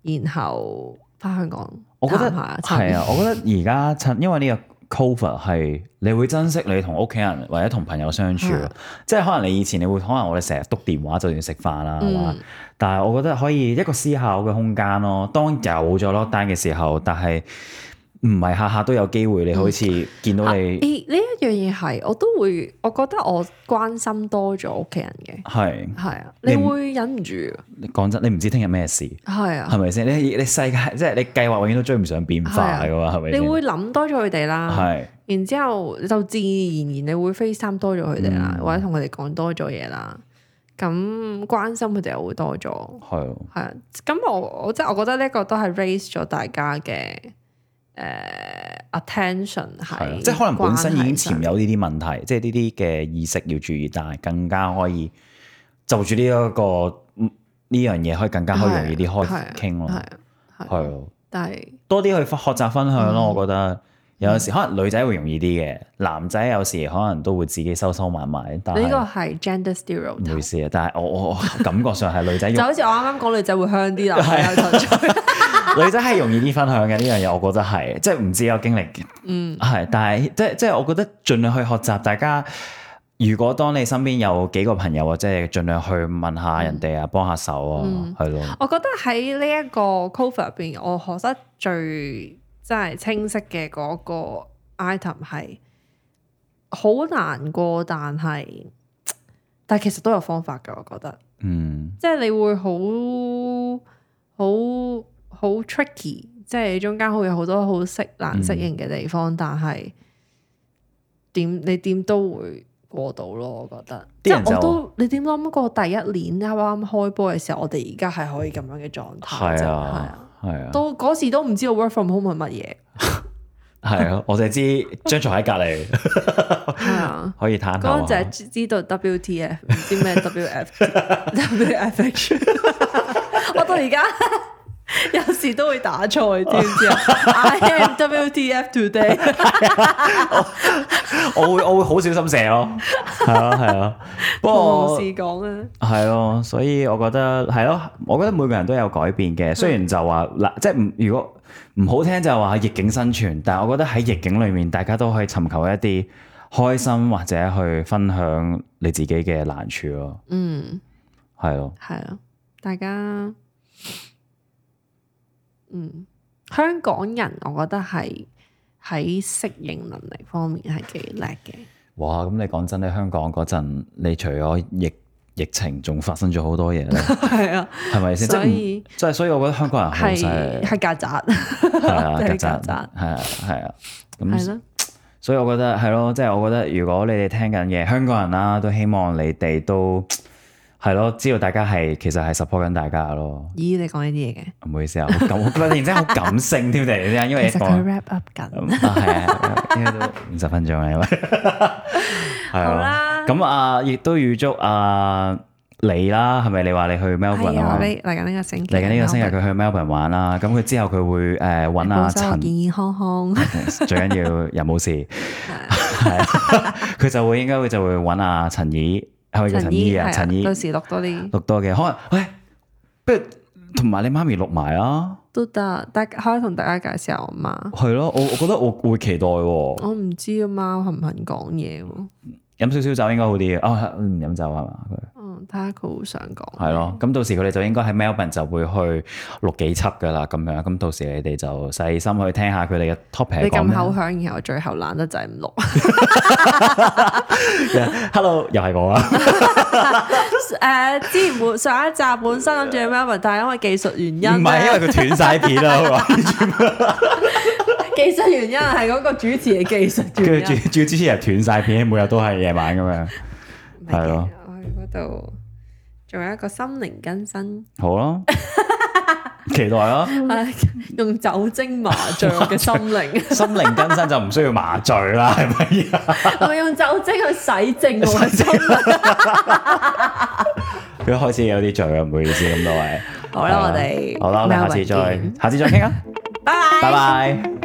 然後翻香港我覺得探下係啊，，我覺得而家趁因為呢個 COVID 係你會珍惜你同屋企人或者同朋友相處係咯，即係可能你以前你會可能我哋成日篤電嗯話就要食飯啦，係嘛？但係我覺得可以一個思考嘅空間咯。當有咗 lockdown 嘅時候，但係唔係下下都有機會，你好嗯似見到誒你啊呢一樣嘢係我都會，我覺得我關心多咗屋企人嘅，係係啊，你你唔會忍唔住㗎，你講真，你唔知聽日咩事。係係啊，咪先？你你世界 即係你計劃永遠都追唔上變化噶嘛？係咪你先？會啊諗多咗佢哋啦，係然之後就自然而然你會 FaceTime 多咗佢哋嗯啦，或者同佢哋講多咗嘢啦，咁關心佢哋又會多咗，係咯係啊，咁我我即係我覺得呢個都係 raise 咗大家嘅誒、attention 係咯係，即係可能本身已經潛潛有呢啲問題，即係呢啲嘅意識要注意，但係更加可以就住呢一個嗯呢樣嘢，可以更加可以容易啲開傾咯係，啊，係係啊，咯，但係。多啲去學習分享嗯咯。我覺得有陣時可能女仔會容易啲嘅，男仔有時可能都會自己收收埋埋，但你呢個係係 gender 唔好意 stereotype，思啊。但係我我我感覺上係女仔就用好似我啱啱講女仔會香啲啦，啊係女仔係容易啲分享嘅呢樣嘢，我覺得係，即係唔知有經歷，嗯，係，但係即係即係，我覺得盡量去學習，大家如果當你身邊有幾個朋友，或者係盡量去問下人哋啊，幫下手啊，嗯係咯，我覺得喺呢一個 cover 入邊，我學得最即係清晰嘅嗰個 item 係好難過，但係但係其實都有方法嘅，我覺得，嗯，即係你會好好好 tricky，即係中間會有好多好適嗯難適應嘅地方，但係點你點都會過到咯，我覺得。啲即人係我就都你點諗過第一年啱啱開波嘅時候，我哋而家係可以咁樣嘅狀態啫，係係啊啊，，係啊，都嗰時都唔知道 work from home 係乜嘢， 係啊，我就係知張床喺隔離，。係啊可以攤嗰陣下就啊係。知知道 WTF，唔知咩 WF WFH，我到而家 有時都會打錯，你知唔知 啊？I am WTF today， 我會我會好小心射咯，係啊係啊，不過同事講啊，係咯，所以我覺得係咯，我覺得每個人都有改變嗯嘅。雖然就話嗱，即係唔如果唔好聽就話逆境生存，但係我覺得喺逆境裏面，大家都可以尋求一啲開心或者去分享你自己嘅難處咯。嗯，係咯，係啦，大家，嗯，香港人我覺得係喺適應能力方面係幾叻嘅，哇！咁你講真，你香港嗰陣，你除咗疫疫情，仲發生咗好多 嘢咧，係啊， 係咪先？即所係唔以即係，所以我覺得香港人好係犀利。係曱甴，係啊， 真係曱甴，曱係甴，啊，係啊，係咁咯，所以我覺得係咯，即係我覺得如果你哋聽緊嘅香港人啦，都希望你哋都係咯，知道大家係其實係 support 緊大家咯。咦，你講呢啲嘢嘅，唔好意思啊， 好感，我突然之間好感性添嚟啫，因為其實佢講 wrap up 緊。嗯啊係啊，因為都五十分鐘 啦，因為係好啊啦，咁啊，亦都預祝啊你啦，係咪你話你去 Melbourne 係啊，啊我嘛？哋嚟緊呢個星期，啊嚟緊呢個星期我哋佢去 Melbourne 玩啦，咁佢之後佢會誒揾阿保守我陳健。健康 康，最緊要人冇事，係啊佢就會應該會就會揾阿陳怡，係咪叫陳怡怡係啊？啊陳怡到時錄多啲錄多嘅，可能喂，不如同埋你媽咪錄埋啊，都得，大家可以同大家介紹下我媽。係咯，我我覺得我會期待喎，我唔知阿媽肯唔肯講嘢喎，飲少少酒應該好啲嘅，哦，唔飲酒係嘛？佢嗯，睇下佢好想講。係咯，咁到時佢哋就應該喺 Melbourne 就會去錄幾輯噶啦，咁樣，咁到時你哋就細心去聽下佢哋嘅 topic 你係講咁咩啊口響，然後最後懶得滯唔錄。 ，Hello，又係我啊。 誒，之前本上一集本身諗住 Melvin，但係因為技術原因，啊唔係因為佢斷晒片啊 啦，好嘛技術原因係嗰個主持嘅技術跟原住主因。主主持人斷晒片，每日都係夜晚咁樣。唔係係咯嘅，我喺嗰度仲有一個心靈更新，好咯，期待啊咯。用酒精麻醉我嘅心 靈。心靈更新就唔需要麻醉 啦，係咪啊？我用酒精去洗淨我嘅心靈。佢開始有啲醉啊，唔好意思咁多位。好啦，我哋好啦，我哋下次再，下次再傾啊，拜拜拜。拜。